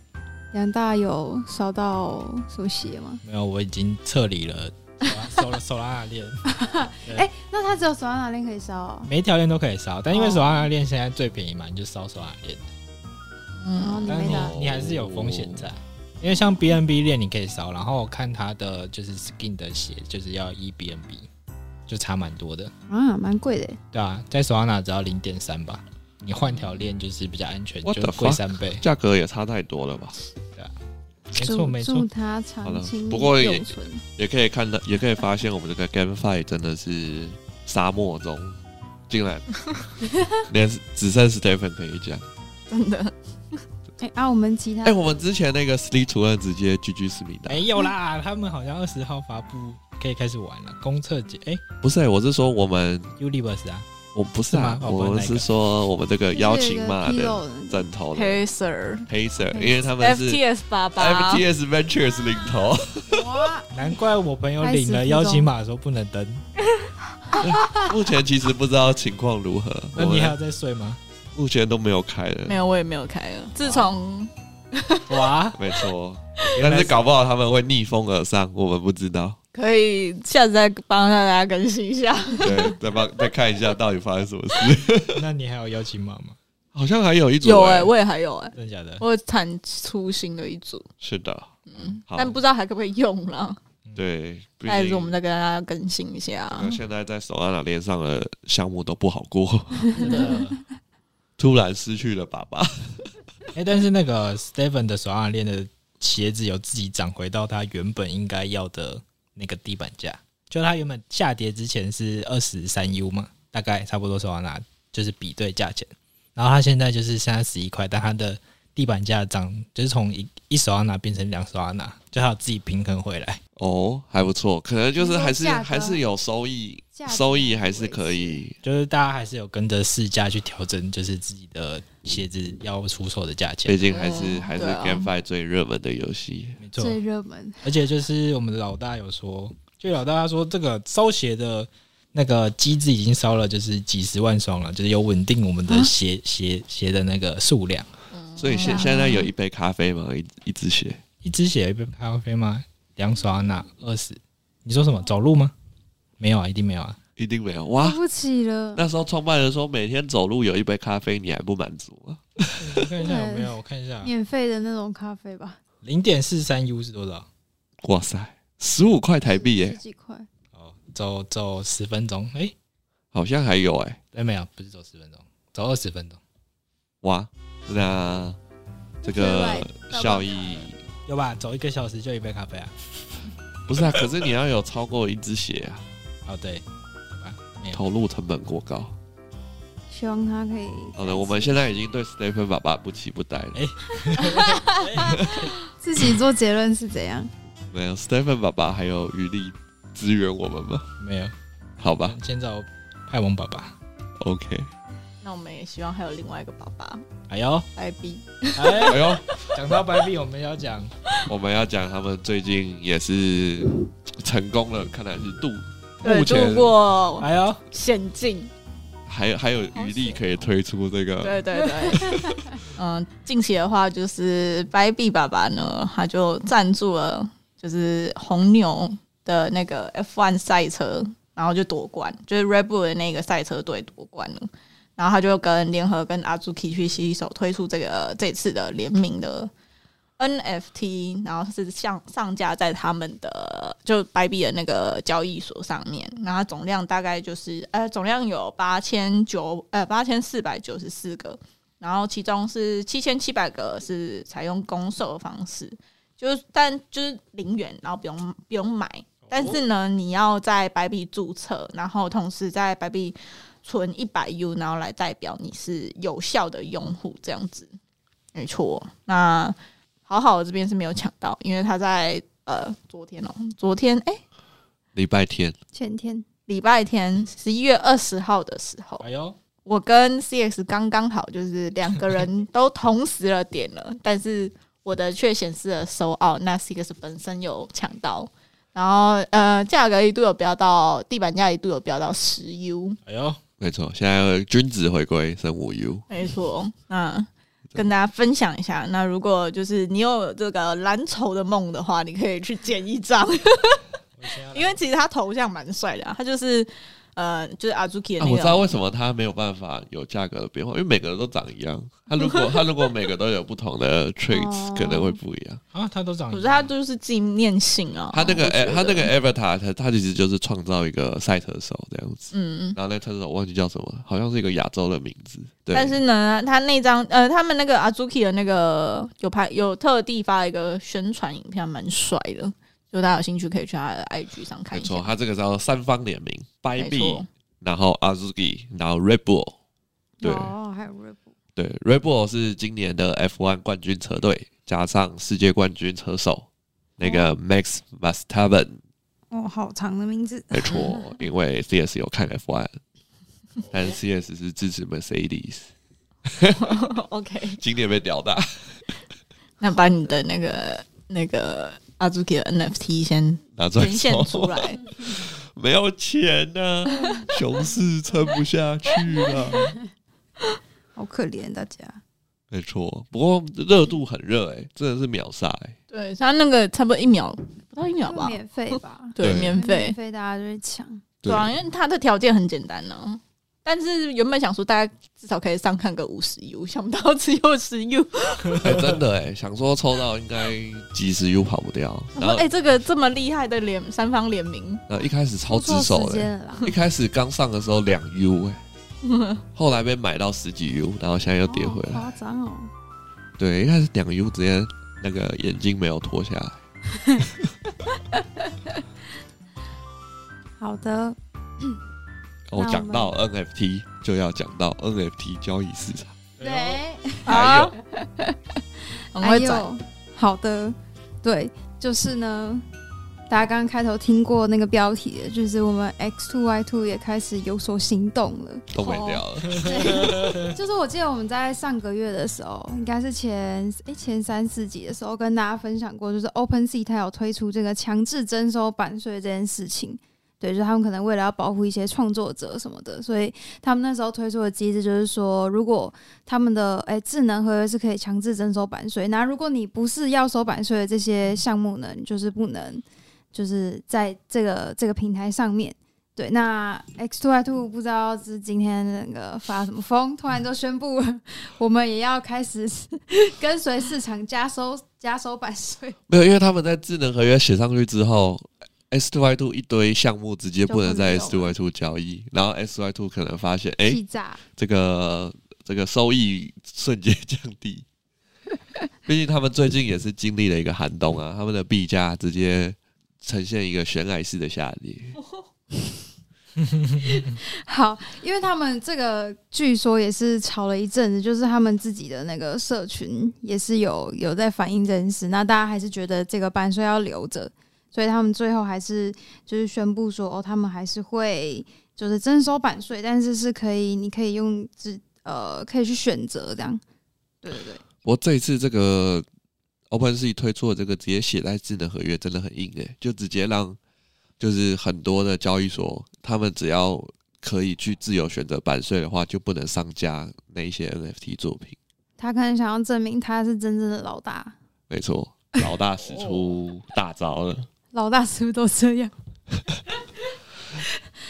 Speaker 3: 杨大有烧到什么鞋吗？
Speaker 4: 没有，我已经撤离 (laughs) 了，手拉手拉链，
Speaker 3: 哎、那他只有手上哪链可以烧、哦，
Speaker 4: 每一条链都可以烧，但因为
Speaker 3: 哦
Speaker 4: 手拉链现在最便宜嘛，你就烧手拉链。
Speaker 3: 然后
Speaker 2: 嗯，
Speaker 3: 你
Speaker 4: 但是
Speaker 3: 没
Speaker 4: 你
Speaker 3: 拿
Speaker 1: 哦
Speaker 4: 你还是有风险在，因为像 BNB 链你可以烧，然后看它的就是 skin 的鞋就是要一 BNB，就差蛮多的。
Speaker 3: 啊，蛮贵的。
Speaker 4: 对啊，在手上拿只要零点三吧，你换条链就是比较安全，
Speaker 1: What
Speaker 4: 就
Speaker 1: the
Speaker 4: 贵
Speaker 1: fuck？
Speaker 4: 三倍。
Speaker 1: 价格也差太多了吧？
Speaker 4: 没错
Speaker 3: 祝
Speaker 4: 没错
Speaker 3: 祝，他
Speaker 1: 好
Speaker 3: 长
Speaker 1: 了
Speaker 3: 青
Speaker 1: 不过也
Speaker 3: 久存。
Speaker 1: 也可以看到，也可以发现我们这个 GameFi 真的是沙漠中，竟
Speaker 3: (laughs)
Speaker 1: 然连只剩 Stephen 可以讲。
Speaker 3: 嗯
Speaker 2: 真的
Speaker 3: 哎、啊，我们其他
Speaker 1: 哎、我们之前那个 Sleep 图案直接 GG 思密
Speaker 3: 哎
Speaker 1: 达，
Speaker 4: 没有啦，他们好像二十号发布可以开始玩了，公测节哎
Speaker 1: 不是、欸，我是说我们，
Speaker 4: Universe 啊，
Speaker 1: 我不是啊
Speaker 4: 是吗，哦不是
Speaker 1: 我们
Speaker 4: 那
Speaker 1: 是
Speaker 4: 个
Speaker 1: 说我们这个邀请码
Speaker 3: 就是有
Speaker 1: 的
Speaker 3: 一个 Pilo
Speaker 1: 枕头的
Speaker 2: Pacer
Speaker 1: p a c e r 因为他们是
Speaker 2: FTS 八八
Speaker 1: FTS
Speaker 3: 啊
Speaker 1: Ventures 领
Speaker 3: (laughs)
Speaker 1: 头，
Speaker 3: 哇，
Speaker 4: 难怪我朋友领了邀请码说不能登，
Speaker 1: 目前其实不知道情况如何，
Speaker 4: 那
Speaker 1: 我
Speaker 4: 你还有
Speaker 1: 们
Speaker 4: 在睡吗？
Speaker 1: 目前都没有开的，
Speaker 2: 没有，我也没有开了。自从
Speaker 4: 哇，
Speaker 1: 没错，
Speaker 4: 原
Speaker 1: 但
Speaker 4: 来
Speaker 1: 是搞不好他们会逆风而上，我们不知道。 (laughs)
Speaker 2: 可以下次再帮大家更新一下，
Speaker 1: 对，再帮再看一下到底发生什么事。
Speaker 4: 那你还有邀请码吗？
Speaker 1: (laughs) 好像还有一组、
Speaker 2: 有哎、
Speaker 1: 哎、
Speaker 2: 我也还有哎、
Speaker 4: 真的假的？
Speaker 2: 我有产出新的一组，
Speaker 1: 是的，
Speaker 2: 嗯，
Speaker 1: 好
Speaker 2: 但不知道还可不可以用啦。
Speaker 1: 嗯对，毕
Speaker 2: 还是
Speaker 1: 竟
Speaker 2: 我们再啊跟大家更新一下。
Speaker 1: 呃现在在手拉拉链上的项目都不好过， (laughs)
Speaker 4: 真的。
Speaker 1: 突然失去了爸爸。
Speaker 4: 哎、但是那个 Stephen 的手上链的鞋子有自己涨回到他原本应该要的那个地板价，就他原本下跌之前是二十三 U 嘛，大概差不多手上拿就是比对价钱，然后他现在就是现在十一块，但他的地板价涨就是从一一手要拿变成两手要拿，就他有自己平衡回来。
Speaker 1: 哦，还不错，可能就是
Speaker 3: 你说
Speaker 1: 还是
Speaker 3: 价格
Speaker 1: 还是有收益
Speaker 3: 价，格
Speaker 1: 收益还是可以。
Speaker 4: 就是大家还是有跟着市价去调整，就是自己的鞋子要出售的价钱
Speaker 1: 毕。竟还是、
Speaker 2: 嗯
Speaker 1: 还是
Speaker 2: 对啊
Speaker 1: GameFi 最热门的游戏，
Speaker 4: 没错，
Speaker 3: 最热门，
Speaker 4: 而且就是我们的老大有说，就老大他说这个烧鞋的那个机制已经烧了，就是几十万双了，就是有稳定我们的鞋、鞋鞋的那个数量。
Speaker 2: 嗯
Speaker 1: 所以现
Speaker 2: 啊
Speaker 1: 现在有一杯咖啡嘛，一一只鞋，
Speaker 4: 一只鞋一杯咖啡吗？两双那二十？你说什么？走路吗？没有啊，一定没有啊。
Speaker 1: 一定没有
Speaker 3: 对
Speaker 1: 哇。
Speaker 3: 不起了。
Speaker 1: 那时候创办人说每天走路有一杯咖啡，你还不满足吗？
Speaker 4: 我看一
Speaker 3: 下
Speaker 4: 下
Speaker 3: 有
Speaker 4: 有
Speaker 3: 没
Speaker 4: 没
Speaker 3: 有
Speaker 4: 有，我看一下，
Speaker 3: 免费的那种咖啡吧，
Speaker 4: 零点四三 U 是多少？
Speaker 1: 哇塞，十五块台币耶、
Speaker 3: 十几块，
Speaker 4: 哦，走走十分钟，哎、
Speaker 1: 好像还有哎、
Speaker 4: 哎，没有，不是走十分钟，走二十分钟，
Speaker 1: 哇，那这个效益
Speaker 4: 有吧？走一个小时就一杯咖啡啊？
Speaker 1: 不是啊，可是你要有超过一只鞋啊，
Speaker 4: 哦，对，好吧，没有，
Speaker 1: 投入成本过高。
Speaker 3: 希望他可以。
Speaker 1: 好的，我们现在已经对 Stephen 爸爸不期不待了。
Speaker 4: 哎
Speaker 3: 自己做结论是怎样？
Speaker 1: 没有 Stephen 爸爸还有余力支援我们吗？
Speaker 4: 没有，
Speaker 1: 好吧
Speaker 4: 先找派蒙爸爸。
Speaker 1: ，OK。
Speaker 2: 那我们也希望还有另外一个爸爸
Speaker 4: 哎呦，
Speaker 2: 白 B，
Speaker 4: 哎，
Speaker 1: 哎呦，
Speaker 4: 讲到白币，我们要讲
Speaker 1: 我们要讲他们最近也是成功了，看来是度
Speaker 2: 对，
Speaker 1: 目前
Speaker 2: 度过
Speaker 4: 哎呦，
Speaker 2: 险境，
Speaker 1: 还有还有余力可以推出这个。
Speaker 2: 对对对。 (laughs) 嗯，近期的话就是白币爸爸呢，他就赞助了就是红牛的那个 F1 赛车，然后就夺冠，就是 Red Bull 的那个赛车队夺冠了。然后他就跟联合跟 Azuki 去携手推出这个这次的联名的 NFT，然后是上上架在他们的就白币的那个交易所上面，然后总量大概就是呃总量有八千九呃八千四百九十四个，然后其中是七千七百个是采用公售的方式，就是但就是零元，然后不用不用买，但是呢你要在白币注册，然后同时在白币存一百 U，然后来代表你是有效的用户这样子，没错，那。好好我这边是没有抢到，因为他在呃昨天哦，昨天哎
Speaker 1: 礼拜天，
Speaker 3: 前天
Speaker 2: 礼、拜天十一月二十号的时候，
Speaker 4: 哎呦，
Speaker 2: 我跟 CX 刚刚好，就是两个人都同时了点了，但是我的却显示了收 out，那 CX 本身有抢到，然后呃价格一度有飙到地板价一度有飙到十 U，
Speaker 4: 哎呦，
Speaker 1: 没错，现在君子回归生五 U，
Speaker 2: 没错，那跟大家分享一下，那如果就是你有这个蓝筹的梦的话，你可以去捡一张。
Speaker 4: 我先要来
Speaker 2: 因为其实他头像蛮帅的、啊，他就是呃，就是阿朱 k 的
Speaker 1: 啊，
Speaker 2: 那
Speaker 1: 我知
Speaker 2: 个，
Speaker 1: 道为什么它没有办法有价格的变化，因为每个都长一样。它如
Speaker 2: (laughs)
Speaker 1: 果它如果每个都有不同的 traits，
Speaker 3: 哦
Speaker 1: 可能会不一样。
Speaker 4: 啊，他都长一
Speaker 2: 可
Speaker 4: 样，
Speaker 2: 是他就是纪念性啊。
Speaker 1: 它那个
Speaker 2: 我觉
Speaker 1: 哎
Speaker 2: 得
Speaker 1: 它那个 avatar，它它其实就是创造一个赛车手这样子。
Speaker 2: 嗯，
Speaker 1: 然后那个赛车手我忘记叫什么，好像是一个亚洲的名字。对，
Speaker 2: 但是呢，他那张呃，他们那个阿朱 k 的那个有拍有特地发了一个宣传影片，蛮帅的。就大家有兴趣可以去他的 IG 上看
Speaker 1: 没
Speaker 2: 一下
Speaker 1: 错，。它这个叫三方联名，掰
Speaker 2: 没
Speaker 1: 币，
Speaker 2: 错，
Speaker 1: 然后 Azuki，然后 Red Bull。对
Speaker 3: 哦，还有 r e b
Speaker 1: 对，Red Bull 是今年的 F1 冠军车队，加上世界冠军车手那个 Max Verstappen，
Speaker 3: 哦，好长的名字。
Speaker 1: 没错，因为 CS 有看 F1，但是 CS 是支持 Mercedes，
Speaker 2: OK，
Speaker 1: 今年被屌大。
Speaker 2: 那把你的那个那个阿朱 k 的 NFT 先
Speaker 1: 拿出来
Speaker 2: 呈现
Speaker 1: 抽
Speaker 2: 出，来。
Speaker 1: (laughs) 没有钱呢、熊市撑不下去了。
Speaker 3: 好可怜大家。
Speaker 1: 没错，不过热度很热哎、真的是秒杀哎、
Speaker 2: 对他那个差不多一秒不到一秒吧，
Speaker 3: 免费
Speaker 1: (laughs)
Speaker 3: 吧？
Speaker 2: 对，
Speaker 1: 对
Speaker 2: 免费
Speaker 3: 免。费大家就会抢。
Speaker 2: 对啊，因为它的条件很简单呢、啊但是原本想说大概至少可以上看个五十 U，想不到只有十 U。
Speaker 1: 哎、真的哎、想说抽到应该几十 U 跑不掉，
Speaker 2: 我
Speaker 1: 然
Speaker 2: 说
Speaker 1: 后
Speaker 2: 哎、这个这么厉害的联三方联名，
Speaker 1: 然后一开始超欸
Speaker 3: 抽
Speaker 1: 值
Speaker 3: 错
Speaker 1: 手哎
Speaker 3: 时
Speaker 1: 的、
Speaker 3: 间了啦，
Speaker 1: (laughs) 一开始刚上的时候两 U 哎、
Speaker 3: (laughs)
Speaker 1: 后来被买到十几 U，然后现在又跌回来。
Speaker 3: 好夸张哦！
Speaker 1: 对，一开始两 U 直接那个眼镜没有脱下来。
Speaker 3: 好的，
Speaker 1: 我
Speaker 3: 那我
Speaker 1: 讲
Speaker 3: 们
Speaker 1: 到 NFT 就要讲到 NFT 交易市场，
Speaker 4: 哎
Speaker 3: 对，
Speaker 1: 还有
Speaker 2: (laughs) 好，很啊会
Speaker 3: 有
Speaker 2: 转，
Speaker 3: 哎好的，对，就是呢，大家刚刚开头听过那个标题的，就是我们 X Two Y Two 也开始有所行动了。
Speaker 1: 都没掉了。(laughs)
Speaker 3: 哦对，就是我记得我们在上个月的时候，应该是前诶、前三四集的时候，跟大家分享过，就是 OpenSea 它有推出这个强制征收版税这件事情。对，就是他们可能为了要保护一些创作者什么的，所以他们那时候推出的机制就是说，如果他们的诶、智能合约是可以强制征收版税，那如果你不是要收版税的这些项目呢，你就是不能就是在这个这个平台上面。对，那 X Two I Two 不知道是今天那个发什么疯，突然就宣布了，我们也要开始 (laughs) 跟随市场加收加收版税。
Speaker 1: 没有，因为他们在智能合约写上去之后 S two Y two 一堆项目直接不能在
Speaker 3: 就
Speaker 1: S
Speaker 3: 不
Speaker 1: two
Speaker 3: 能
Speaker 1: Y two 交易，然后 S two Y two 可能发现，哎、
Speaker 3: 气炸，
Speaker 1: 这个这个收益瞬间降低。毕竟他们最近也是经历了一个寒冬啊，他们的币价直接呈现一个悬崖式的下跌。
Speaker 3: 好，因为他们这个据说也是吵了一阵子，就是他们自己的那个社群也是有有在反映这件事，那大家还是觉得这个版税要留着，所以他们最后还是就是宣布说，哦，他们还是会就是征收版税，但是是可以，你可以用自呃可以去选择这样，对对对。
Speaker 1: 不过这一次这个 OpenSea 推出的这个直接写在智能合约真的很硬诶、就直接让就是很多的交易所，他们只要可以去自由选择版税的话，就不能上架那一些 NFT 作品。
Speaker 3: 他可能想要证明他是真正的老大，
Speaker 1: 没错，老大使出大招了。
Speaker 3: 老大是不是都这样？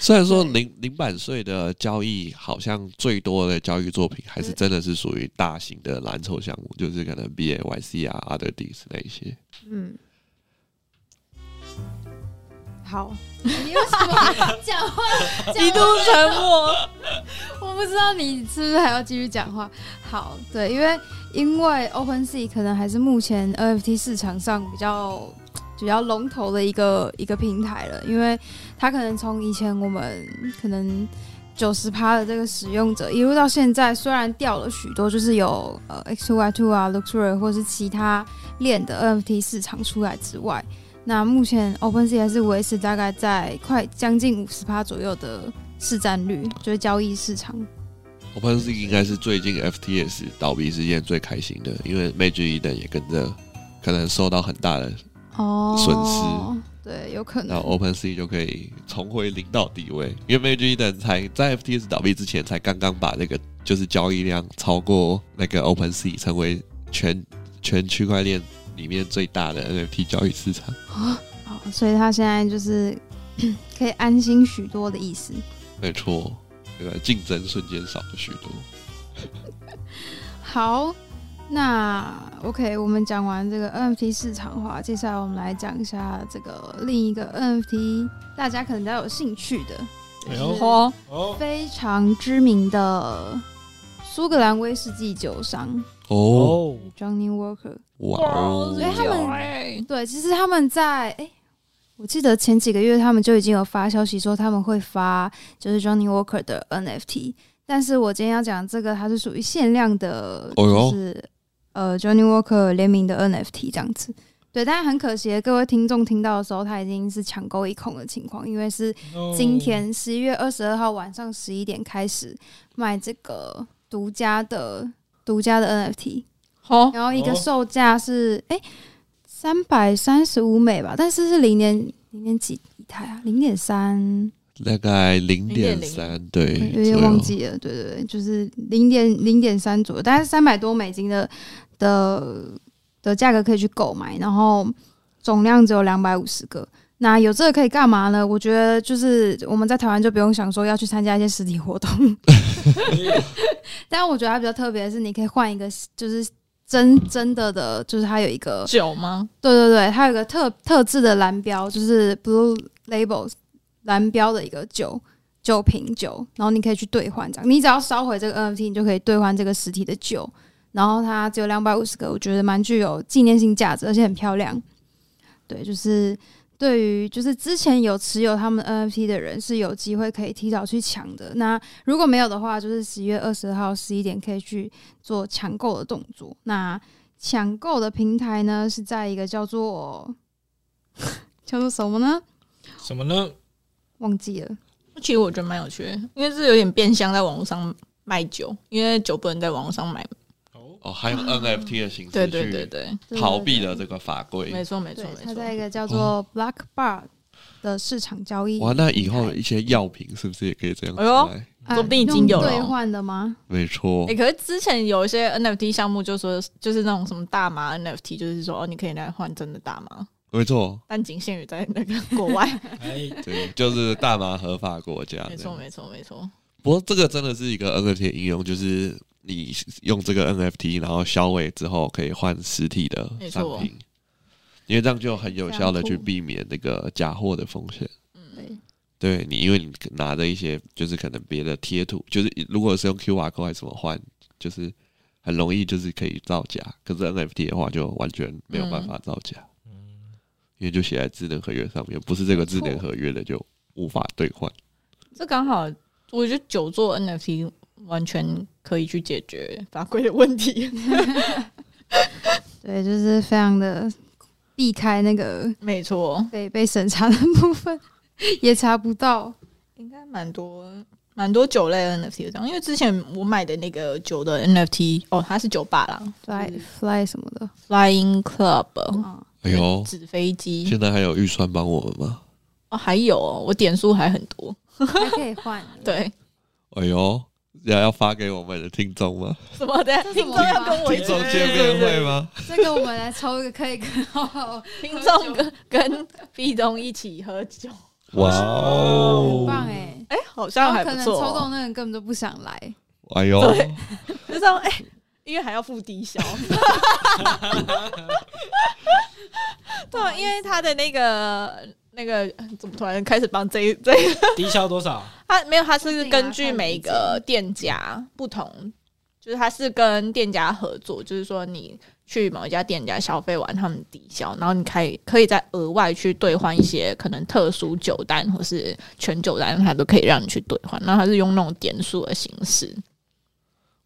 Speaker 1: 虽然说零零版税的交易，好像最多的交易作品还是真的是属于大型的蓝筹项目，就是可能 BAYC 啊、Other Deals 那一些。
Speaker 3: 嗯，好，你为什么讲话？
Speaker 2: 一度沉默。
Speaker 3: 我不知道你是不是还要继续讲话。好，对，因为因为 OpenSea 可能还是目前 NFT 市场上比较比较龙头的一个一个平台了，因为它可能从以前我们可能。九十趴的这个使用者，一路到现在，虽然掉了许多，就是有呃 X Y Two 啊、Luxury 或是其他链的 NFT 市场出来之外，那目前 OpenSea 还是维持大概在快将近五十趴左右的市占率，就是交易市场。
Speaker 1: OpenSea 应该是最近 FTS 倒闭事件最开心的，因为 Magic Eden 也跟着可能受到很大的，
Speaker 3: 哦
Speaker 1: 损失，
Speaker 3: 对，有可
Speaker 1: 那
Speaker 3: 能。
Speaker 1: OpenSea 就可以重回领导地位，因为 Magic Eden 才在 FTS 倒闭之前才刚刚把那个就是交易量超过那个 OpenSea，成为全全区块链里面最大的 NFT 交易市场。
Speaker 3: 哦，所以他现在就是 (coughs) 可以安心许多的意思。
Speaker 1: 没错，对吧？竞争瞬间少了许多。
Speaker 3: 好，那 OK，我们讲完这个 NFT 市场的话，接下来我们来讲一下这个另一个 NFT，大家可能比较有兴趣的，
Speaker 4: 哎
Speaker 3: 就
Speaker 4: 呦
Speaker 3: 是
Speaker 2: 哦，
Speaker 4: 哦，
Speaker 3: 非常知名的苏格兰威士忌酒商
Speaker 1: 哦，
Speaker 4: 哦，
Speaker 3: Johnny Walker。
Speaker 1: 哇
Speaker 2: 所
Speaker 1: 哦！
Speaker 2: 以哎他
Speaker 3: 有
Speaker 2: 们
Speaker 3: 对，其实他们在哎、我记得前几个月他们就已经有发消息说他们会发就是 Johnny Walker 的 NFT，但是我今天要讲这个，它是属于限量的，
Speaker 1: 哦
Speaker 3: 就
Speaker 1: 哟
Speaker 3: 是、呃 Johnny Walker 联名的 NFT 这样子。对，但是很可惜，各位听众听到的时候，它已经是抢购一空的情况，因为是
Speaker 4: 嗯哦
Speaker 3: 今天十一月二十二号晚上十一点开始卖这个独家的独家的 NFT，
Speaker 2: 哦，
Speaker 3: 然后一个
Speaker 4: 哦
Speaker 3: 售价是哎三百三十五美吧，但是是零点零点几以太啊，零点三，
Speaker 1: 大概零点三，
Speaker 2: 0.3
Speaker 1: 对，
Speaker 3: 有点忘记了，对对对，就是零点零点三左右，大概三百多美金的的的价格可以去购买，然后总量只有两百五十个。那有这个可以干嘛呢？我觉得就是我们在台湾就不用想说要去参加一些实体活动，但我觉得它比较特别的是，你可以换一个就是真真的的，就是它有一个
Speaker 2: 酒吗？
Speaker 3: 对对对，它有个特特制的蓝标，就是 Blue Label 蓝标的一个酒酒瓶酒，然后你可以去兑换这样，你只要烧毁这个 NFT，你就可以兑换这个实体的酒。然后它只有两百五十个，我觉得蛮具有纪念性价值，而且很漂亮。对，就是对于就是之前有持有他们 NFT 的人是有机会可以提早去抢的。那如果没有的话，就是十月二十号十一点可以去做抢购的动作。那抢购的平台呢是在一个叫做 (laughs) 叫做什么呢？
Speaker 4: 什么呢？
Speaker 3: 忘记了。
Speaker 2: 其实我觉得蛮有趣的，因为是有点变相在网络上卖酒，因为酒不能在网络上买。
Speaker 4: 哦，
Speaker 1: 哦，还有 NFT 的形
Speaker 2: 啊对
Speaker 1: 式
Speaker 2: 对对
Speaker 1: 去
Speaker 2: 对，
Speaker 1: 逃避了这个法
Speaker 2: 没
Speaker 1: 规。
Speaker 2: 错没
Speaker 3: 对
Speaker 2: 错，
Speaker 3: 它
Speaker 2: 没
Speaker 3: 在一
Speaker 2: 错。
Speaker 3: 个叫做 Black Bar 的市场交易平台。
Speaker 1: 哇，那以后一些药品是不是也可以这样子
Speaker 2: 哎呦
Speaker 1: 卖？
Speaker 3: 啊
Speaker 2: 说不定已经有了哦
Speaker 3: 用兑换的吗？
Speaker 1: 没错
Speaker 2: 哎、，可是之前有一些 NFT 项目，就说就是那种什么大麻 NFT，就是说哦，你可以来换真的大麻，
Speaker 1: 没错，
Speaker 2: 但仅限于在那个国外。
Speaker 4: 哎，
Speaker 1: 对，就是大麻合法国家。
Speaker 2: 没错，没错没错，
Speaker 1: 不过这个真的是一个 NFT 的应用，就是你用这个 NFT，然后销毁之后可以换实体的
Speaker 2: 没
Speaker 1: 商
Speaker 2: 错
Speaker 1: 品。因为这样就很有效的
Speaker 3: 非
Speaker 1: 去
Speaker 3: 常酷
Speaker 1: 避免那个假货的风险。
Speaker 2: 嗯
Speaker 3: 对，
Speaker 1: 对你，因为你拿着一些就是可能别的贴图，就是如果是用 QR code 还是什么换，就是很容易就是可以造假。可是 NFT 的话就完全没有办法造假，因为就写在智能合约上面，不是这个智能合约的就无法兑换。
Speaker 2: 这刚好，我觉得久坐 NFT 完全可以去解决法规的问题， (laughs)
Speaker 3: 对，就是非常的避开那个
Speaker 2: 没错，
Speaker 3: 被被审查的部分， (laughs) 也查不到。
Speaker 2: 应该蛮多蛮多酒类的 NFT 的这样，因为之前我买的那个酒的 NFT，哦，它是酒吧啦
Speaker 3: fly
Speaker 2: 嗯哦
Speaker 3: fly 什么的，
Speaker 2: ，Flying Club，
Speaker 3: 啊，
Speaker 1: 哎呦，
Speaker 2: 纸飞机
Speaker 1: 现在还有预算帮我们吗？
Speaker 2: 哦，还有哦我点数还很多，
Speaker 3: 还可以换。
Speaker 2: 对，
Speaker 1: 哎呦，要要发给我们的听众吗？
Speaker 2: 什么的，
Speaker 3: 这是
Speaker 2: 听
Speaker 3: 什么
Speaker 2: 众要跟我一
Speaker 1: 听
Speaker 2: 起
Speaker 1: 众，见面会吗？
Speaker 3: 这个我们来抽一个，可以 (laughs) 跟
Speaker 2: 听众跟跟壁咚一起喝酒，
Speaker 1: 哇
Speaker 3: 很棒
Speaker 1: 哦！
Speaker 3: 哎。
Speaker 2: 哎，好
Speaker 3: 然
Speaker 2: 像
Speaker 3: 后
Speaker 2: 还
Speaker 3: 可
Speaker 2: 不
Speaker 3: 能
Speaker 2: 错
Speaker 3: 抽到
Speaker 2: 哦，
Speaker 3: 那个人根本就不想来，
Speaker 1: 哎呦，
Speaker 2: 对就这样，哎，因为还要付低 (laughs) 消。对啊，因为他的那个那个怎么突然开始帮这一这一
Speaker 4: 低消多少？
Speaker 2: 他没有，他是
Speaker 3: 定啊
Speaker 2: 根据
Speaker 3: 看
Speaker 2: 每
Speaker 3: 意
Speaker 2: 个
Speaker 3: 见
Speaker 2: 店家不同，就是他是跟店家合作，就是说你去某一家店家消费完他们抵消，然后你可以可以再额外去兑换一些可能特殊酒单或是全酒单，他都可以让你去兑换。然后他是用那种点数的形式，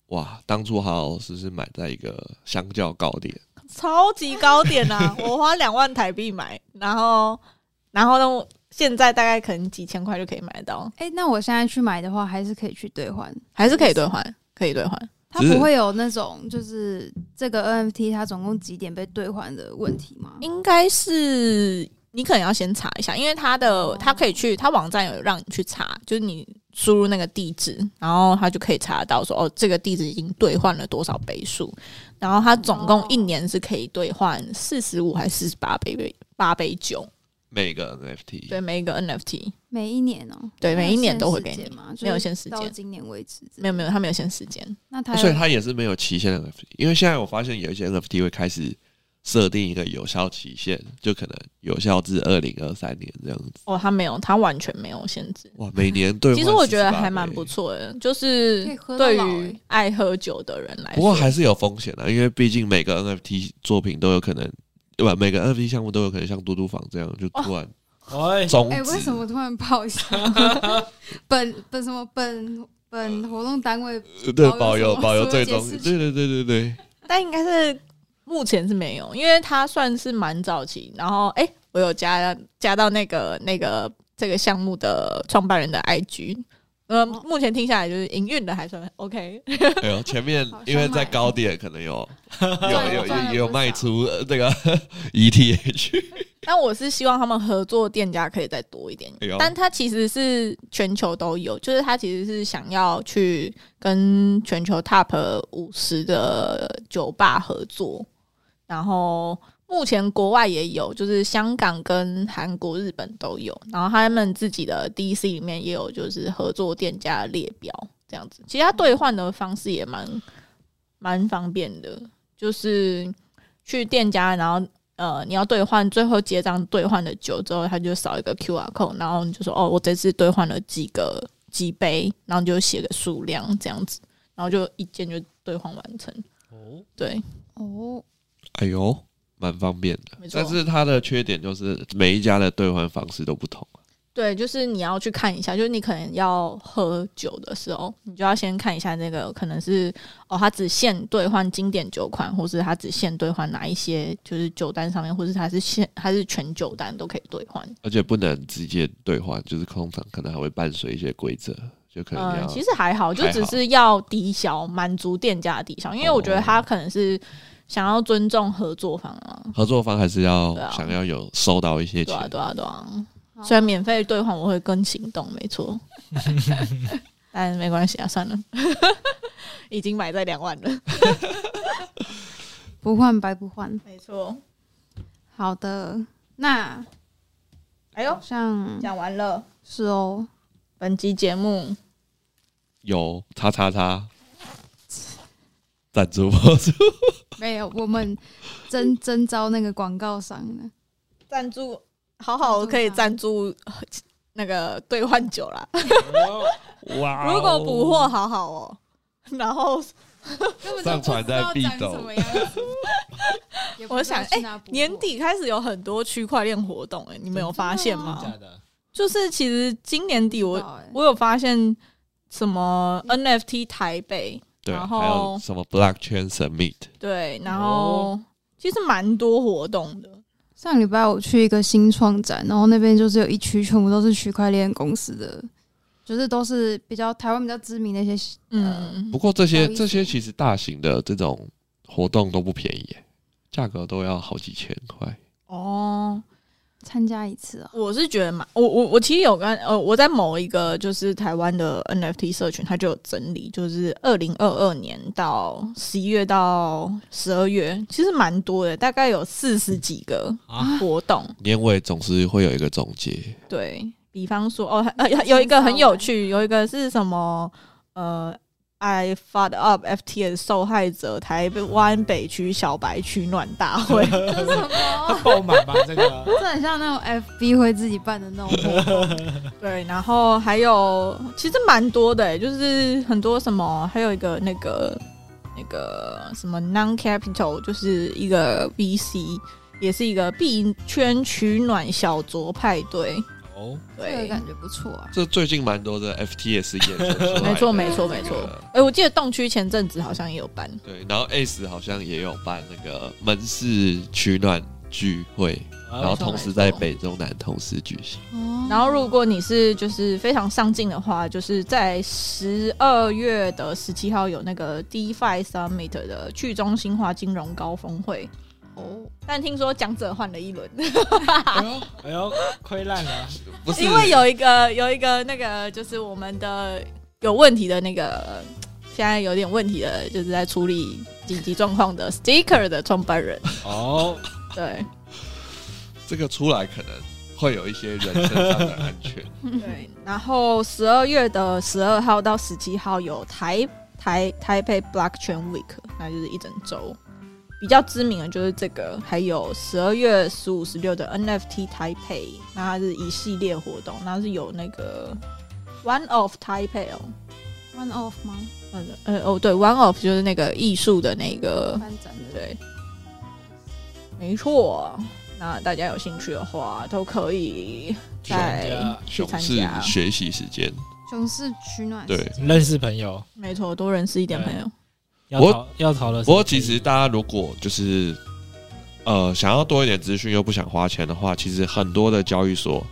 Speaker 1: 哇！当初好好是是买在一个相较高点，
Speaker 2: 超级高点啊！ (laughs) 我花两万台币买，然后然后呢，现在大概可能几千块就可以买到，
Speaker 3: 哎、那我现在去买的话，还是可以去兑换，
Speaker 2: 还是可以兑换，可以兑换。
Speaker 3: 它
Speaker 1: 只是
Speaker 3: 不会有那种就是这个 NFT 它总共几点被兑换的问题吗？
Speaker 2: 应该是你可能要先查一下，因为他的
Speaker 3: 哦
Speaker 2: 他可以去他网站有让你去查，就是你输入那个地址，然后他就可以查得到说哦，这个地址已经兑换了多少倍数，然后他总共
Speaker 3: 哦
Speaker 2: 一年是可以兑换四十五还是四十八杯杯八杯酒，
Speaker 1: 每个 NFT
Speaker 2: 对每一个 NFT，
Speaker 3: 每一年哦、
Speaker 2: 对
Speaker 3: 那
Speaker 2: 每一年
Speaker 3: 限
Speaker 2: 都会
Speaker 3: 时
Speaker 2: 给
Speaker 3: 间
Speaker 2: 你
Speaker 3: 吗？
Speaker 2: 没有
Speaker 3: 就是
Speaker 2: 限时
Speaker 3: 到
Speaker 2: 间
Speaker 3: 今年为止。
Speaker 2: 没有没有，他没有限时间，
Speaker 3: 那它
Speaker 1: 啊所以
Speaker 3: 有
Speaker 1: 它也是没有期限的 NFT，因为现在我发现有一些 NFT 会开始设定一个有效期限，就可能有效至二零二三年这样子。
Speaker 2: 哦，他没有，他完全没有限制。
Speaker 1: 哇，每年对，
Speaker 2: 其实我觉得还蛮不，错的，就是
Speaker 3: 可以喝到
Speaker 2: 对
Speaker 3: 老
Speaker 2: 于
Speaker 3: 欸
Speaker 2: 爱喝酒的人来说，
Speaker 1: 不过还是有风险啊的，因为毕竟每个 NFT 作品都有可能，对吧？每个 NFT 项目都有可能像嘟嘟房这样，就突然
Speaker 4: (laughs) 哎，
Speaker 1: 终
Speaker 3: 哎、为
Speaker 1: 止
Speaker 3: 什。么突然报销？本本什么本本活动单位
Speaker 1: 呃对，保
Speaker 3: 保
Speaker 1: 佑
Speaker 3: 佑
Speaker 1: 保佑
Speaker 3: 所
Speaker 1: 最
Speaker 3: 有
Speaker 1: 终
Speaker 3: 解释，
Speaker 1: 对对对对对，
Speaker 2: 但应该是目前是没有，因为它算是蛮早期。然后，哎、我有加加到那个那个这个项目的创办人的 IG。呃，
Speaker 3: 哦
Speaker 2: 目前听下来就是营运的还算 OK，
Speaker 1: 哎呦，前面
Speaker 3: 好
Speaker 1: 因为
Speaker 3: 像
Speaker 1: 在
Speaker 3: 买
Speaker 1: 高点可能有有
Speaker 3: 了
Speaker 1: 有
Speaker 3: (laughs) 赚了
Speaker 1: 有有
Speaker 3: 不
Speaker 1: 卖
Speaker 3: 少
Speaker 1: 出呃这个 (laughs) ETH，
Speaker 2: (laughs) 但我是希望他们合作店家可以再多一点
Speaker 1: 哎呦。
Speaker 2: 但它其实是全球都有，就是它其实是想要去跟全球 Top 五十的酒吧合作，然后目前国外也有，就是香港跟韩国、日本都有，然后他们自己的 DC 里面也有，就是合作店家的列表这样子。其实它兑换的方式也蛮蛮方便的，就是去店家，然后呃，你要兑换，最后结账兑换的酒之后，他就扫一个 QR code，然后你就说哦，我这次兑换了几个几杯，然后你就写个数量这样子，然后就一键就兑换完成。
Speaker 4: 哦，
Speaker 2: 对，
Speaker 3: 哦，
Speaker 1: 哎呦，蛮方便的
Speaker 2: 没。错
Speaker 1: 但是它的缺点就是每一家的兑换方式都不同。
Speaker 2: 对，就是你要去看一下，就是你可能要喝酒的时候，你就要先看一下那个可能是哦，它只限兑换经典酒款，或是它只限兑换哪一些就是酒单上面，或是它是限它是全酒单都可以兑换。
Speaker 1: 而且不能直接兑换，就是通常可能还会伴随一些规则，就可
Speaker 3: 呃
Speaker 1: 能你
Speaker 2: 嗯，
Speaker 1: 要、
Speaker 2: 其实还好，就
Speaker 1: 还
Speaker 2: 只
Speaker 1: 好
Speaker 2: 是要抵消满足店家的抵消，因为我觉得
Speaker 1: 哦
Speaker 2: 他可能是想要尊重合作方啊。
Speaker 1: 合作方还是要、
Speaker 2: 对啊
Speaker 1: 想要有收到一些
Speaker 2: 对
Speaker 1: 钱。
Speaker 2: 啊，对啊，对啊。
Speaker 3: 好
Speaker 2: 虽然免费兑换我会更心动，没错， (laughs) 但没关系啊，算了， (laughs) 已经买在两万了。
Speaker 3: 不换白不换。
Speaker 2: 没错，
Speaker 3: 好的，那
Speaker 2: 哎
Speaker 3: 好，像
Speaker 2: 讲完了
Speaker 3: 是哦，
Speaker 2: 本集节目，
Speaker 1: 有叉叉叉，赞助播出，
Speaker 3: 没有，我们征征招那个广告商呢，
Speaker 2: 赞助，好好可以赞助那个兑换酒啦。
Speaker 4: 哎哇哦
Speaker 2: 如果补货，好好哦。然后
Speaker 3: 根本
Speaker 1: 上传在壁抖
Speaker 2: 我想哎年底开始有很多区块链活动、哎，你们有发现
Speaker 4: 真的啊
Speaker 2: 吗？
Speaker 4: 假的？
Speaker 2: 就是其实今年底我
Speaker 3: 我
Speaker 2: 我有发现什么
Speaker 4: 嗯
Speaker 2: NFT 台北，
Speaker 1: 对，
Speaker 2: 然
Speaker 1: 还有
Speaker 2: 后
Speaker 1: 什么 Blockchain Summit，
Speaker 2: 对，然后
Speaker 4: 哦
Speaker 2: 其实蛮多活动的。
Speaker 3: 上礼拜我去一个新创展，然后那边就是有一区全部都是区块链公司的，就是都是比较台湾比较知名的一些，嗯，
Speaker 2: 嗯
Speaker 1: 不，过这些
Speaker 3: 不好意思
Speaker 1: 这些其实大型的这种活动都不便宜耶，价格都要好几千块。
Speaker 4: 呃
Speaker 2: 哦，
Speaker 3: 参加一 (laughs) 次啊，
Speaker 2: 我是觉得嘛，我我我其实有跟呃，我在某一个就是台湾的 NFT 社群，它就有整理，就是二零二二年到十一月到十二月，其实蛮多的，大概有四十几个
Speaker 4: 啊
Speaker 2: 活动。
Speaker 1: 年尾总是会有一个总结，
Speaker 2: 对比方说，哦，呃，有一个很有趣，有一个是什么？呃，I fucked up FTS 受害者台湾北区小白取暖大
Speaker 3: (laughs)
Speaker 2: 会。
Speaker 3: 这是什么？
Speaker 4: 爆满吧这个？
Speaker 3: 这很像那种 FB 会自己办的那种，
Speaker 2: 对，然后还有其实蛮多的欸，就是很多什么，还有一个那个那个什么 non capital，就是一个 VC，也是一个币圈取暖小酌派对。
Speaker 4: 哦，
Speaker 3: 这个
Speaker 2: 对，
Speaker 3: 感觉不错啊。
Speaker 1: 这最近蛮多的 FTS 衍生出来的
Speaker 2: (laughs) 没错没错
Speaker 1: 这个
Speaker 2: 没错。哎、我记得洞区前阵子好像也有办，
Speaker 1: 对，然后 ACE 好像也有办那个门市取暖聚会，
Speaker 4: 哎
Speaker 2: 哦
Speaker 1: 然后同时在北中南同时举行。
Speaker 3: 哦
Speaker 2: 然后如果你是就是非常上进的话，就是在十二月的十七号有那个 DeFi Summit 的去中心化金融高峰会，
Speaker 3: 哦，
Speaker 2: 但听说讲者换了一轮。
Speaker 4: 哎呦哎呦，亏烂了，
Speaker 1: 不是
Speaker 2: 因为有一个有一个那个就是我们的有问题的那个，现在有点问题的，就是在处理紧急状况的 Sticker 的创办人，
Speaker 4: 哦，
Speaker 2: 对
Speaker 1: 这个出来可能会有一些人身上的安全。
Speaker 2: 对。然后十二月的十二号到十七号有台台台北 Blockchain Week，那就是一整周。比较知名的就是这个，还有十二月十五、十六的 NFT 台北，那它是一系列活动，那是有那个 One of Taipei 哦，
Speaker 3: One Off 吗？
Speaker 2: 嗯呃哦对，one of 就是那个艺术的那个，
Speaker 3: 翻展的，
Speaker 2: 对，没错。那大家有兴趣的话，都可以
Speaker 4: 参
Speaker 2: 在
Speaker 4: 加
Speaker 2: (laughs) 去
Speaker 1: 熊
Speaker 2: 参
Speaker 1: 市
Speaker 2: 加。
Speaker 1: 学习时间，
Speaker 3: 熊市取暖
Speaker 1: 对。
Speaker 4: 认识朋友，
Speaker 2: 没错，多认识一点朋友。
Speaker 4: 要
Speaker 1: 我
Speaker 4: 逃要逃了。
Speaker 1: 不过其实大家如果就是呃想要多一点资讯又不想花钱的话，其实很多的交易所，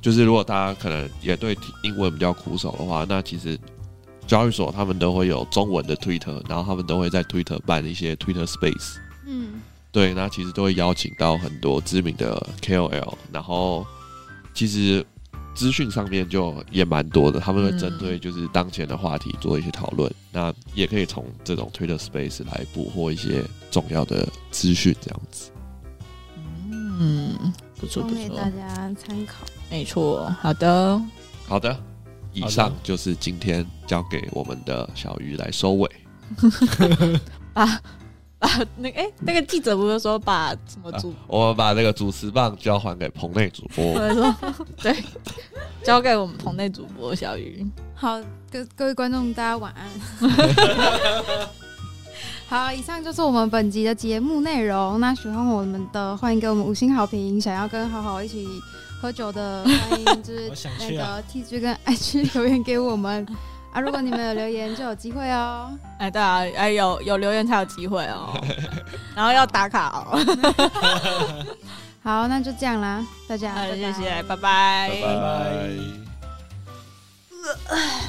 Speaker 1: 就是如果大家可能也对英文比较苦手的话，那其实。交易所他们都会有中文的推特，然后他们都会在推特办一些 Twitter Space，
Speaker 3: 嗯，
Speaker 1: 对，那其实都会邀请到很多知名的 KOL，然后其实资讯上面就也蛮多的，他们会针
Speaker 3: 嗯
Speaker 1: 对就是当前的话题做一些讨论，那也可以从这种 Twitter Space 来捕获一些重要的资讯，这样子。
Speaker 2: 嗯，不错
Speaker 3: 供
Speaker 2: 不
Speaker 3: 给
Speaker 2: 错
Speaker 3: 大，家参考。
Speaker 2: 没错。好的，
Speaker 1: 好的，以
Speaker 4: 好的
Speaker 1: 上就是今天交给我们的小鱼来收尾，
Speaker 2: 把把那个哎、那个记者不是说把什么主，
Speaker 1: 我们把这个主持棒交还给棚内主播
Speaker 2: 或。 (laughs) 者说对，交给我们棚内主播小鱼。
Speaker 3: 好，各各位观众，大家晚安。好，以上就是我们本集的节目内容。那喜欢我们的，欢迎给我们五星好评。想要跟好好一起喝酒的，欢迎就是
Speaker 4: 我想
Speaker 3: 那
Speaker 4: 去啊
Speaker 3: 个 TG 跟 IG 留言给我们啊。如果你们有留言，就有机会哦。
Speaker 2: 哎，对啊，哎，有有留言才有机会 (laughs) 哦，然后要打卡哦。
Speaker 3: 好，那就这
Speaker 2: (laughs)
Speaker 3: 样啦，大家
Speaker 2: 好，
Speaker 3: 拜
Speaker 2: 谢
Speaker 3: 拜
Speaker 2: 谢，拜拜
Speaker 1: 拜
Speaker 4: 拜
Speaker 1: 拜。